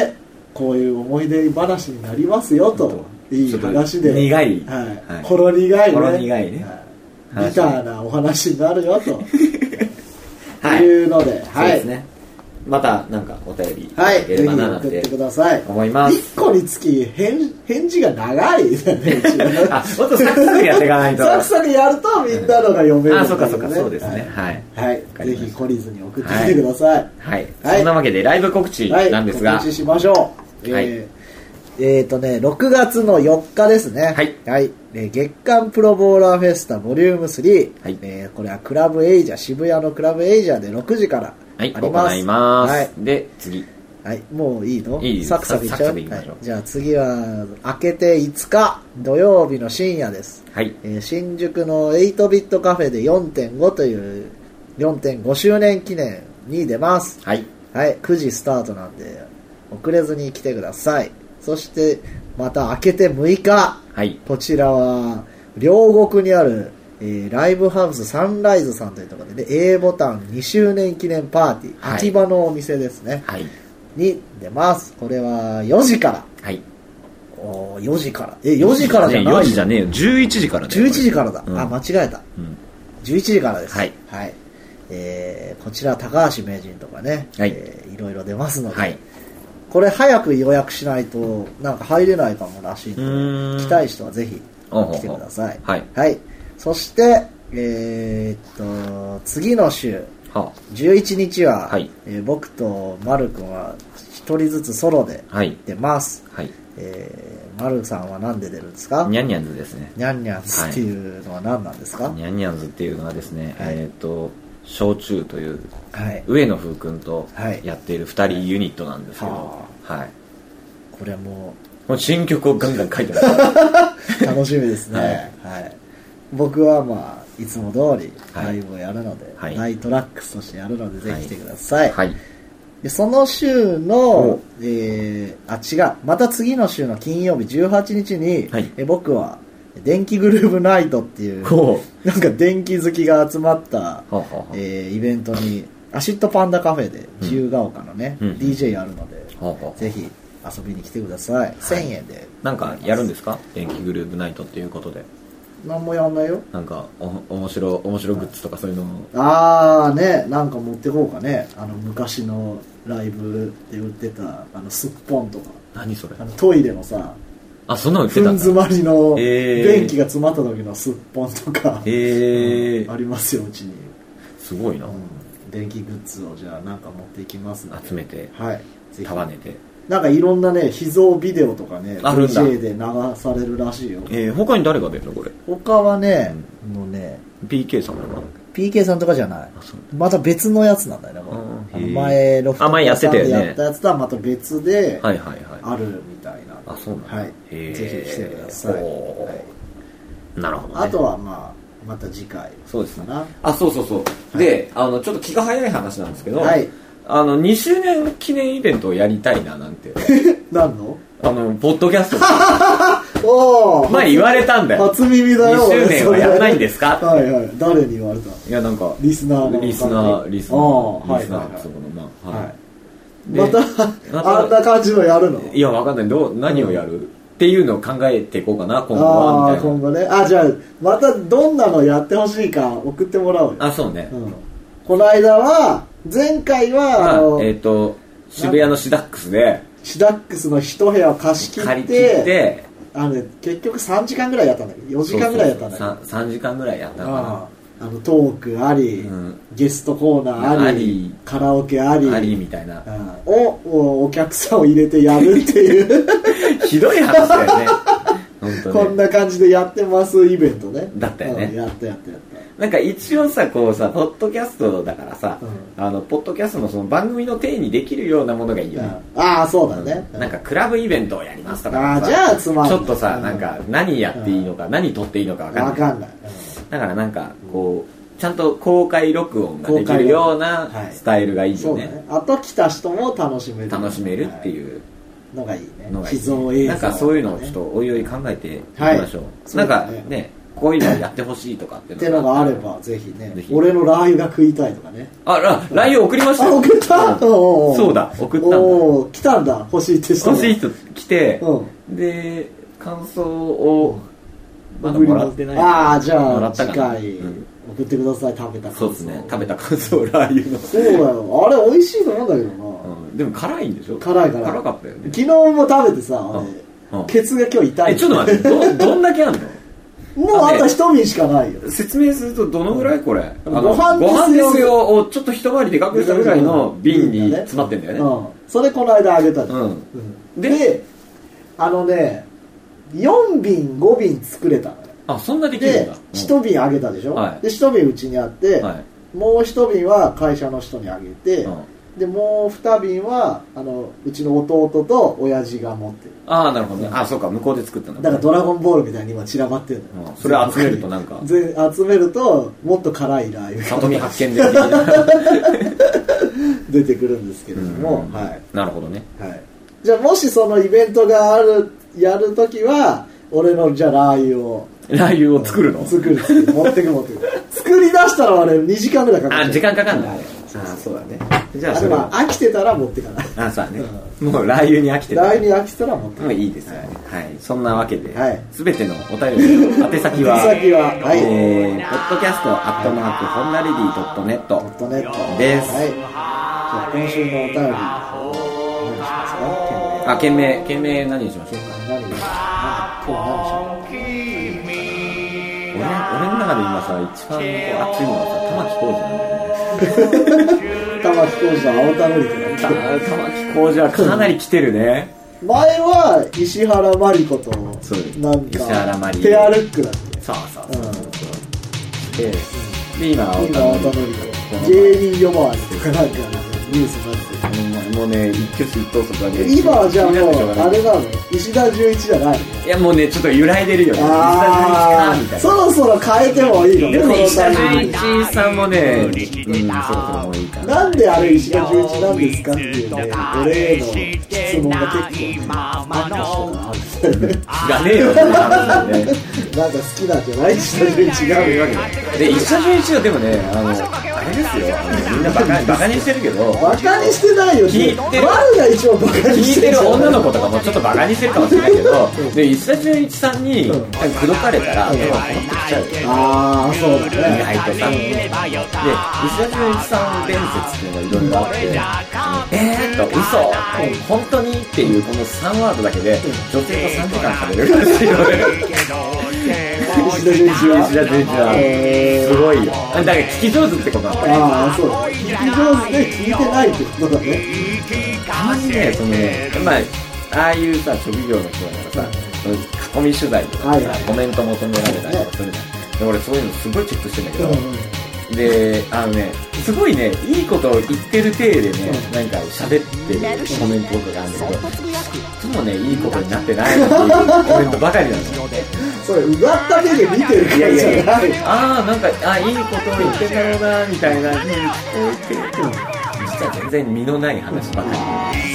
[SPEAKER 2] でこういう思い出話になりますよといい話で
[SPEAKER 1] ちょっと苦い
[SPEAKER 2] は
[SPEAKER 1] は
[SPEAKER 2] い
[SPEAKER 1] い
[SPEAKER 2] ほろ苦いね
[SPEAKER 1] ほろ苦いね
[SPEAKER 2] はいビターなお話になるよと
[SPEAKER 1] はい
[SPEAKER 2] いうので
[SPEAKER 1] そう
[SPEAKER 2] は
[SPEAKER 1] で
[SPEAKER 2] い
[SPEAKER 1] すねまたなんかお便りいた
[SPEAKER 2] は
[SPEAKER 1] だ
[SPEAKER 2] い、
[SPEAKER 1] けれ
[SPEAKER 2] ぜひ
[SPEAKER 1] ばな
[SPEAKER 2] や
[SPEAKER 1] な
[SPEAKER 2] っ
[SPEAKER 1] ん
[SPEAKER 2] てっててください。
[SPEAKER 1] 思います
[SPEAKER 2] 1個につき返返事が長いだね、うちは
[SPEAKER 1] (laughs) あもっとサクサクやっていかないと
[SPEAKER 2] サクサクやるとみんなのが読める、
[SPEAKER 1] あそうかそうかそうですね。はい
[SPEAKER 2] はい、
[SPEAKER 1] かり
[SPEAKER 2] ぜ
[SPEAKER 1] ました
[SPEAKER 2] ひ懲りずに送ってきてください。
[SPEAKER 1] はい、
[SPEAKER 2] はい
[SPEAKER 1] そんなわけでライブ告知
[SPEAKER 2] はい、
[SPEAKER 1] なんですが、
[SPEAKER 2] 告知しましょう。
[SPEAKER 1] はい
[SPEAKER 2] えーえーとね、6月の4日ですね。
[SPEAKER 1] はい
[SPEAKER 2] えー月間プロボーラーフェスタボリューム3。
[SPEAKER 1] はい
[SPEAKER 2] えーこれはクラブエイジャー、渋谷のクラブエイジャーで6時からあ
[SPEAKER 1] は
[SPEAKER 2] り
[SPEAKER 1] い、
[SPEAKER 2] ます。
[SPEAKER 1] 行います。
[SPEAKER 2] はい
[SPEAKER 1] で、次。
[SPEAKER 2] はい、もういいの
[SPEAKER 1] いいです
[SPEAKER 2] サクサクいっちゃ
[SPEAKER 1] サクサ
[SPEAKER 2] う
[SPEAKER 1] クいきましょう
[SPEAKER 2] はいじゃあ次は、明けて5日土曜日の深夜です。
[SPEAKER 1] はい。
[SPEAKER 2] えー新宿の8ビットカフェで4.5という、4.5周年記念に出ます。
[SPEAKER 1] はい。
[SPEAKER 2] はい、9時スタートなんで、遅れずに来てください。そして、また明けて6日。
[SPEAKER 1] はい。
[SPEAKER 2] こちらは、両国にある、えーライブハウスサンライズさんというところで、ね、A ボタン2周年記念パーティー、
[SPEAKER 1] はい
[SPEAKER 2] 秋葉のお店ですね。
[SPEAKER 1] はい。
[SPEAKER 2] に出ます。これは4時から。
[SPEAKER 1] はい。
[SPEAKER 2] おー4時から。え、4時からじゃない
[SPEAKER 1] 4時じゃねえよ。11時からだよ。
[SPEAKER 2] 11時からだ。
[SPEAKER 1] うん
[SPEAKER 2] あ、間違えた。
[SPEAKER 1] うん。
[SPEAKER 2] 11時からです。
[SPEAKER 1] はい。
[SPEAKER 2] えーこちら高橋名人とかね、
[SPEAKER 1] はい
[SPEAKER 2] えーいろいろ出ますので、
[SPEAKER 1] はい。
[SPEAKER 2] これ早く予約しないと、なんか入れないかもらしい
[SPEAKER 1] うん
[SPEAKER 2] で、来たい人はぜひ
[SPEAKER 1] おうおうおう
[SPEAKER 2] 来てください。
[SPEAKER 1] はい
[SPEAKER 2] そして、えーっと、次の週、
[SPEAKER 1] は
[SPEAKER 2] 11日は、
[SPEAKER 1] はい
[SPEAKER 2] えー僕と丸くんは一人ずつソロで
[SPEAKER 1] あ。はい。
[SPEAKER 2] 出ます。
[SPEAKER 1] はい。
[SPEAKER 2] えー、丸さんは何で出るんですか
[SPEAKER 1] にゃんにゃんずですね。
[SPEAKER 2] にゃんにゃんズっていうのは何なんですか
[SPEAKER 1] にゃんにゃんずっていうのはですね、
[SPEAKER 2] はい
[SPEAKER 1] えっ、と、焼酎という、
[SPEAKER 2] はい。
[SPEAKER 1] 上野風くんと
[SPEAKER 2] はい
[SPEAKER 1] やっている2人ユニットなんですけど、
[SPEAKER 2] は
[SPEAKER 1] はい。
[SPEAKER 2] これも
[SPEAKER 1] もう新曲をガンガン書いてます。
[SPEAKER 2] う楽しみです
[SPEAKER 1] (laughs)
[SPEAKER 2] ね。はい。僕はまあ、いつも通り
[SPEAKER 1] はい
[SPEAKER 2] ライブをやるので、
[SPEAKER 1] はい
[SPEAKER 2] ナイトラックスとしてやるので、ぜひ来てください。
[SPEAKER 1] はい。
[SPEAKER 2] でその週の、えー、あ、違う。また次の週の金曜日18日に、
[SPEAKER 1] はい
[SPEAKER 2] え僕は、電気グルーブナイトっていう、
[SPEAKER 1] こ
[SPEAKER 2] なんか電気好きが集まった、
[SPEAKER 1] う。はあはあは
[SPEAKER 2] えーイベントにアシッドパンダカフェで自由が丘のね、
[SPEAKER 1] うん
[SPEAKER 2] DJ やるので、
[SPEAKER 1] あはあはあ
[SPEAKER 2] ぜひ遊びに来てください、1000円で
[SPEAKER 1] なんかやるんですか電気グループナイトっていうことで。
[SPEAKER 2] 何もやんないよ
[SPEAKER 1] なんかお、面白、面白グッズとかそういうのを
[SPEAKER 2] ああねなんか持ってこうかねあの昔のライブで売ってたあのすっぽんとか
[SPEAKER 1] 何それ
[SPEAKER 2] あのトイレのさ
[SPEAKER 1] あそんなの売っ
[SPEAKER 2] ふ
[SPEAKER 1] て
[SPEAKER 2] ん
[SPEAKER 1] たんだ
[SPEAKER 2] 詰まりの
[SPEAKER 1] えー
[SPEAKER 2] 電気が詰まった時のすっぽんとか、
[SPEAKER 1] へえ
[SPEAKER 2] ありますようちに、
[SPEAKER 1] すごいな
[SPEAKER 2] うん、電気グッズをじゃあなんか持っていきますので
[SPEAKER 1] 集めて
[SPEAKER 2] はいぜひ
[SPEAKER 1] 束ねて
[SPEAKER 2] なんかいろんなね、秘蔵ビデオとかね、
[SPEAKER 1] あるんだ
[SPEAKER 2] DJ で流されるらしいよ。
[SPEAKER 1] えー、他に誰が出るのこれ
[SPEAKER 2] 他はね、もうね、
[SPEAKER 1] PK さんとか
[SPEAKER 2] PK さんとかじゃない
[SPEAKER 1] あそう。
[SPEAKER 2] また別のやつなんだよね、こ
[SPEAKER 1] うん
[SPEAKER 2] れ。
[SPEAKER 1] へ
[SPEAKER 2] あの
[SPEAKER 1] え
[SPEAKER 2] 前、ロフト
[SPEAKER 1] あ前やってたよね
[SPEAKER 2] さんでやったやつとはまた別で、
[SPEAKER 1] はいはいは
[SPEAKER 2] あるみたいな。
[SPEAKER 1] あそうなんだ
[SPEAKER 2] はい。
[SPEAKER 1] へえ
[SPEAKER 2] ぜひ来てください。
[SPEAKER 1] おー
[SPEAKER 2] はい
[SPEAKER 1] いなるほど、ね、
[SPEAKER 2] あとはまあ、また次回。
[SPEAKER 1] そうですね
[SPEAKER 2] かな
[SPEAKER 1] あそうそうそう、であのちょっと気が早い話なんですけど、
[SPEAKER 2] はい
[SPEAKER 1] あの2周年記念イベントをやりたいななんて (laughs)
[SPEAKER 2] 何の
[SPEAKER 1] あのポッドキャス
[SPEAKER 2] (laughs) お
[SPEAKER 1] ト
[SPEAKER 2] ー
[SPEAKER 1] 前言われたんだよ
[SPEAKER 2] 初耳だよ、
[SPEAKER 1] 二周年はやらないんですすかって
[SPEAKER 2] はいはい。誰に言われた
[SPEAKER 1] いやなんか
[SPEAKER 2] リスナーの
[SPEAKER 1] リスナーリスナ
[SPEAKER 2] あー
[SPEAKER 1] ー
[SPEAKER 2] はい
[SPEAKER 1] リスナ
[SPEAKER 2] はいは
[SPEAKER 1] ー
[SPEAKER 2] い
[SPEAKER 1] そこのまあ
[SPEAKER 2] はい。
[SPEAKER 1] で
[SPEAKER 2] また、
[SPEAKER 1] また
[SPEAKER 2] あんな感じのやるの
[SPEAKER 1] いやわかんないどう何をやる、っていうのを考えていこうかな今後は
[SPEAKER 2] ああ
[SPEAKER 1] み
[SPEAKER 2] ー、
[SPEAKER 1] たい
[SPEAKER 2] 今後ね。あ、じゃあ、またどんなのやってほしいか送ってもらおうよ。
[SPEAKER 1] なあそうね、
[SPEAKER 2] うん。この間は、前回は、あの
[SPEAKER 1] が、えっ、と、渋谷のシダックスで
[SPEAKER 2] シダックスの一部屋を貸し切
[SPEAKER 1] 借
[SPEAKER 2] っ
[SPEAKER 1] り切って、
[SPEAKER 2] て、あのね、結局3時間ぐらいやったんだけど、4時間ぐらいやったんだけど
[SPEAKER 1] 3、時間ぐらいやったか
[SPEAKER 2] あ
[SPEAKER 1] な。
[SPEAKER 2] ーあの、トークあり、
[SPEAKER 1] うん
[SPEAKER 2] ゲストコーナーあ
[SPEAKER 1] あ
[SPEAKER 2] り、
[SPEAKER 1] り
[SPEAKER 2] カラオケあり、
[SPEAKER 1] ありみたいな
[SPEAKER 2] う。んをおお客さんを入れてやるっていう (laughs)
[SPEAKER 1] ひどい話だよね。う本当ね
[SPEAKER 2] こんな感じでやってますイベントね
[SPEAKER 1] だったよね
[SPEAKER 2] うんやったやったやった
[SPEAKER 1] なんか一応さこうさポッドキャストだからさ、
[SPEAKER 2] う
[SPEAKER 1] あのポッドキャストのその番組の体にできるようなものがいいよね、
[SPEAKER 2] ああそうだね
[SPEAKER 1] なんかクラブイベントをやりますとか
[SPEAKER 2] あ
[SPEAKER 1] さ
[SPEAKER 2] ーじゃあつまんない
[SPEAKER 1] ちょっとさ、なんか何やっていいのか、何撮っていいのか分かんな
[SPEAKER 2] わ
[SPEAKER 1] い
[SPEAKER 2] かんない
[SPEAKER 1] だからなんかこうちゃんと公開録音ができ
[SPEAKER 2] 公開
[SPEAKER 1] る
[SPEAKER 2] 録音
[SPEAKER 1] ような
[SPEAKER 2] はい
[SPEAKER 1] スタイルがいい
[SPEAKER 2] そ
[SPEAKER 1] よ
[SPEAKER 2] う
[SPEAKER 1] ね,、
[SPEAKER 2] だねあと来た人も楽しめる
[SPEAKER 1] 楽しめるって
[SPEAKER 2] う
[SPEAKER 1] いう
[SPEAKER 2] のがいいね
[SPEAKER 1] のがいい、
[SPEAKER 2] 秘蔵映像
[SPEAKER 1] なんかそういうのをちょっとおいおい考えていきましょう、
[SPEAKER 2] はい
[SPEAKER 1] なんか
[SPEAKER 2] そうだ
[SPEAKER 1] ね
[SPEAKER 2] ね
[SPEAKER 1] こういうのやってほしいとかって
[SPEAKER 2] ってのがあればぜひね
[SPEAKER 1] ぜひ
[SPEAKER 2] 俺のラー油が食いたいとかね
[SPEAKER 1] あら LINE 送りました
[SPEAKER 2] あ
[SPEAKER 1] よ
[SPEAKER 2] 送った
[SPEAKER 1] うんそうだ送ったんだ
[SPEAKER 2] おー来たんだ欲しいって人
[SPEAKER 1] 欲
[SPEAKER 2] が
[SPEAKER 1] しい人来て、
[SPEAKER 2] うん
[SPEAKER 1] で感想をまだ
[SPEAKER 2] 送り
[SPEAKER 1] も
[SPEAKER 2] ます
[SPEAKER 1] らってない
[SPEAKER 2] ああじ
[SPEAKER 1] も
[SPEAKER 2] ゃ
[SPEAKER 1] ら
[SPEAKER 2] あ
[SPEAKER 1] った
[SPEAKER 2] 次
[SPEAKER 1] かな
[SPEAKER 2] 回
[SPEAKER 1] うん
[SPEAKER 2] 送ってください食べた感想
[SPEAKER 1] そうですね食べた感想ラー油の
[SPEAKER 2] そうだよあれ美味しいと思うんだけど
[SPEAKER 1] うんでも辛いんでしょ
[SPEAKER 2] 辛い辛い
[SPEAKER 1] 辛かったよね
[SPEAKER 2] な昨日も食べてさ
[SPEAKER 1] うん
[SPEAKER 2] 俺ケツが今日痛い
[SPEAKER 1] えちょっと待って (laughs) どどんだけあんの
[SPEAKER 2] もうあと一瓶しかないよ
[SPEAKER 1] 説明するとどのぐらいこれ、あの
[SPEAKER 2] ご飯ですよ
[SPEAKER 1] ご飯ですよをちょっと一回りでかくしたぐらいの瓶に詰まってんだよね
[SPEAKER 2] うん、それこの間あげたじゃん
[SPEAKER 1] うん
[SPEAKER 2] うん
[SPEAKER 1] で
[SPEAKER 2] であのね4瓶5瓶作れたのよ
[SPEAKER 1] あそんなできるん
[SPEAKER 2] で
[SPEAKER 1] だ、
[SPEAKER 2] 1瓶あげたでしょ、
[SPEAKER 1] はい
[SPEAKER 2] で1瓶うちにあって、
[SPEAKER 1] うんはい
[SPEAKER 2] もう1瓶は会社の人にあげて、
[SPEAKER 1] うん
[SPEAKER 2] でもう2瓶はあのうちの弟と親父が持ってる
[SPEAKER 1] ああなるほどねあそうか向こうで作ったの
[SPEAKER 2] だから「ドラゴンボール」みたいに今散らばってるのよ、
[SPEAKER 1] うんそれ集めるとなんか
[SPEAKER 2] 全集めるともっと辛いラー油
[SPEAKER 1] 里見
[SPEAKER 2] が
[SPEAKER 1] 発見で的な
[SPEAKER 2] 出てくるんですけれど (laughs) も、
[SPEAKER 1] うん
[SPEAKER 2] はい
[SPEAKER 1] なるほどね
[SPEAKER 2] はい、じゃあもしそのイベントがあるやるときは俺のじゃあラー油を
[SPEAKER 1] ラー油を作るの
[SPEAKER 2] 作る作る持ってく持ってく作り出したら俺2時間ぐらいかかる
[SPEAKER 1] あ時間かかんない
[SPEAKER 2] はい
[SPEAKER 1] あそうだねじゃあ
[SPEAKER 2] あ
[SPEAKER 1] そ
[SPEAKER 2] で
[SPEAKER 1] れ
[SPEAKER 2] も
[SPEAKER 1] は
[SPEAKER 2] 飽きてたら持ってかない
[SPEAKER 1] あそうだねもうラー油に飽きてる
[SPEAKER 2] ラー油に飽きてたら持って
[SPEAKER 1] も
[SPEAKER 2] か
[SPEAKER 1] う
[SPEAKER 2] ない
[SPEAKER 1] いいですよねはいそんなわけで
[SPEAKER 2] はい
[SPEAKER 1] すべてのお便りの宛先は
[SPEAKER 2] (laughs) 宛先ははい
[SPEAKER 1] えーポッドキャストアットマークホンダレディド
[SPEAKER 2] ド
[SPEAKER 1] ッ
[SPEAKER 2] ッ
[SPEAKER 1] ト
[SPEAKER 2] ト
[SPEAKER 1] ネ
[SPEAKER 2] ネ
[SPEAKER 1] ッ
[SPEAKER 2] ット
[SPEAKER 1] です
[SPEAKER 2] はい、じゃあ今週のお便り何しますか
[SPEAKER 1] トあ件名件名何にしましょうか
[SPEAKER 2] 何何今日何しよ
[SPEAKER 1] 俺俺の中で今さ一番こう熱いのはさ玉置浩二なんだよね
[SPEAKER 2] う玉置浩二と青田のりとか
[SPEAKER 1] あー玉置浩二はかなり来てるね
[SPEAKER 2] 前は石原真理子と
[SPEAKER 1] そう
[SPEAKER 2] なん
[SPEAKER 1] 石原真
[SPEAKER 2] か
[SPEAKER 1] 理
[SPEAKER 2] ペアルックだっけ
[SPEAKER 1] そうそう
[SPEAKER 2] うん
[SPEAKER 1] でで今青
[SPEAKER 2] 今
[SPEAKER 1] 田のり
[SPEAKER 2] 青田のり子芸人呼ばわりとかなんかニュースになってて
[SPEAKER 1] もうね一挙手一投足はね
[SPEAKER 2] 今はじゃあ
[SPEAKER 1] 気に
[SPEAKER 2] も
[SPEAKER 1] なってしょがない
[SPEAKER 2] うあれなの石田純一じゃないの
[SPEAKER 1] いやもうねちょっと揺らいでるよね石田
[SPEAKER 2] あ
[SPEAKER 1] 純一かみたいな
[SPEAKER 2] あそろそろ変えてもいいよね
[SPEAKER 1] で
[SPEAKER 2] こ
[SPEAKER 1] も
[SPEAKER 2] の
[SPEAKER 1] 石田
[SPEAKER 2] タイ
[SPEAKER 1] 純
[SPEAKER 2] ミングで
[SPEAKER 1] 一さんもね、うん、そろそろもういいかな。
[SPEAKER 2] なんであれ石田純一なんですかっていうね俺への質問が結構ねあった人があ
[SPEAKER 1] がねえよっていう話でね。
[SPEAKER 2] るなんか好きなんじゃない石田純一が
[SPEAKER 1] 違うわけだよで、石田純一はでもね、あの、あれですよ、あのみんなバカバカにしてるけど、
[SPEAKER 2] バカにしてないよ
[SPEAKER 1] 聞いてる
[SPEAKER 2] 丸が一応バカに
[SPEAKER 1] 聞
[SPEAKER 2] し
[SPEAKER 1] い
[SPEAKER 2] て
[SPEAKER 1] て
[SPEAKER 2] る
[SPEAKER 1] る女の子とかもちょっとバカにしてるかもしれないけど、で、石田純一さんに、なん
[SPEAKER 2] ん
[SPEAKER 1] か口説かれたら、
[SPEAKER 2] うん
[SPEAKER 1] でも困ってきちゃうよ。
[SPEAKER 2] ああそうだ
[SPEAKER 1] 意
[SPEAKER 2] ね
[SPEAKER 1] 外とさ。で、石田純一さん伝説っていうのがいろいろあって、えーっと、嘘、本当にっていうこの3ワードだけで、女性と3時間喋れるらしいよ (laughs) ね。石田
[SPEAKER 2] 石 (laughs) 田純一は
[SPEAKER 1] 純一はすごいよだから聞き上手ってことなの
[SPEAKER 2] ああそうだ聞き上手で聞いてないってことだね
[SPEAKER 1] たまにねそのね
[SPEAKER 2] (laughs)
[SPEAKER 1] まあああいうさ職業の人だからさその囲み取材とか
[SPEAKER 2] は
[SPEAKER 1] さ
[SPEAKER 2] いはい
[SPEAKER 1] コメント求められたりとかするじゃんで俺そういうのすごいチェックしてんだけど、であのねすごいねいいことを言ってる体でね、なんか喋ってるコメントとかがあるんだけどいつもねいいことになってないっていうコメントばかりなのよ
[SPEAKER 2] それうがった目で見てる
[SPEAKER 1] いやい
[SPEAKER 2] 感じじ
[SPEAKER 1] や
[SPEAKER 2] ゃ
[SPEAKER 1] い
[SPEAKER 2] ない
[SPEAKER 1] や、ああ、なんか、あいいことを言ってたよな、みたいな、ね、こう言ってるけど、実は全然身のない話ばかり。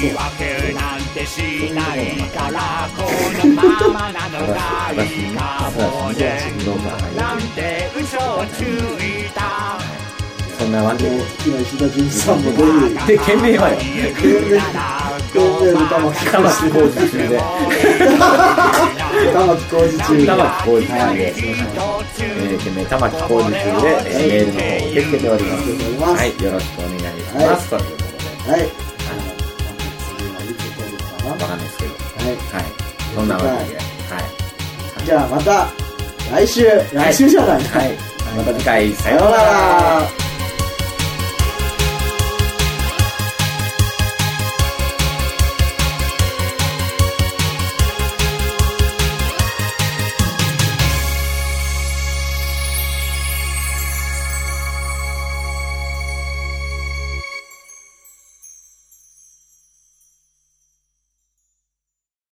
[SPEAKER 4] 言い訳なんてしないからこのままなのがいいかもねなんて嘘をついた
[SPEAKER 1] そんなわけで。
[SPEAKER 2] 好きな石田純一さんもどういう
[SPEAKER 1] で、懸命はよ。
[SPEAKER 4] (laughs)
[SPEAKER 2] 表現歌も聞
[SPEAKER 1] 玉
[SPEAKER 2] か
[SPEAKER 1] 置
[SPEAKER 2] せて
[SPEAKER 1] 浩二中で。
[SPEAKER 2] 玉置浩二中
[SPEAKER 1] 玉置浩二中で。えー、懸命玉置浩二中で、えーメールの方を受け付けておりま
[SPEAKER 2] ありが
[SPEAKER 1] す。
[SPEAKER 2] とうございます
[SPEAKER 1] はい、よろしくお願いします。ということで、
[SPEAKER 2] はい次はいつ撮るかな
[SPEAKER 1] わかんないですけど。
[SPEAKER 2] は
[SPEAKER 1] はい。そんなわけで、はい。
[SPEAKER 2] いじゃあまた来週来週じゃない
[SPEAKER 1] はい。また次回、さよう
[SPEAKER 2] さよ
[SPEAKER 1] な
[SPEAKER 2] うな
[SPEAKER 1] ら
[SPEAKER 2] ら。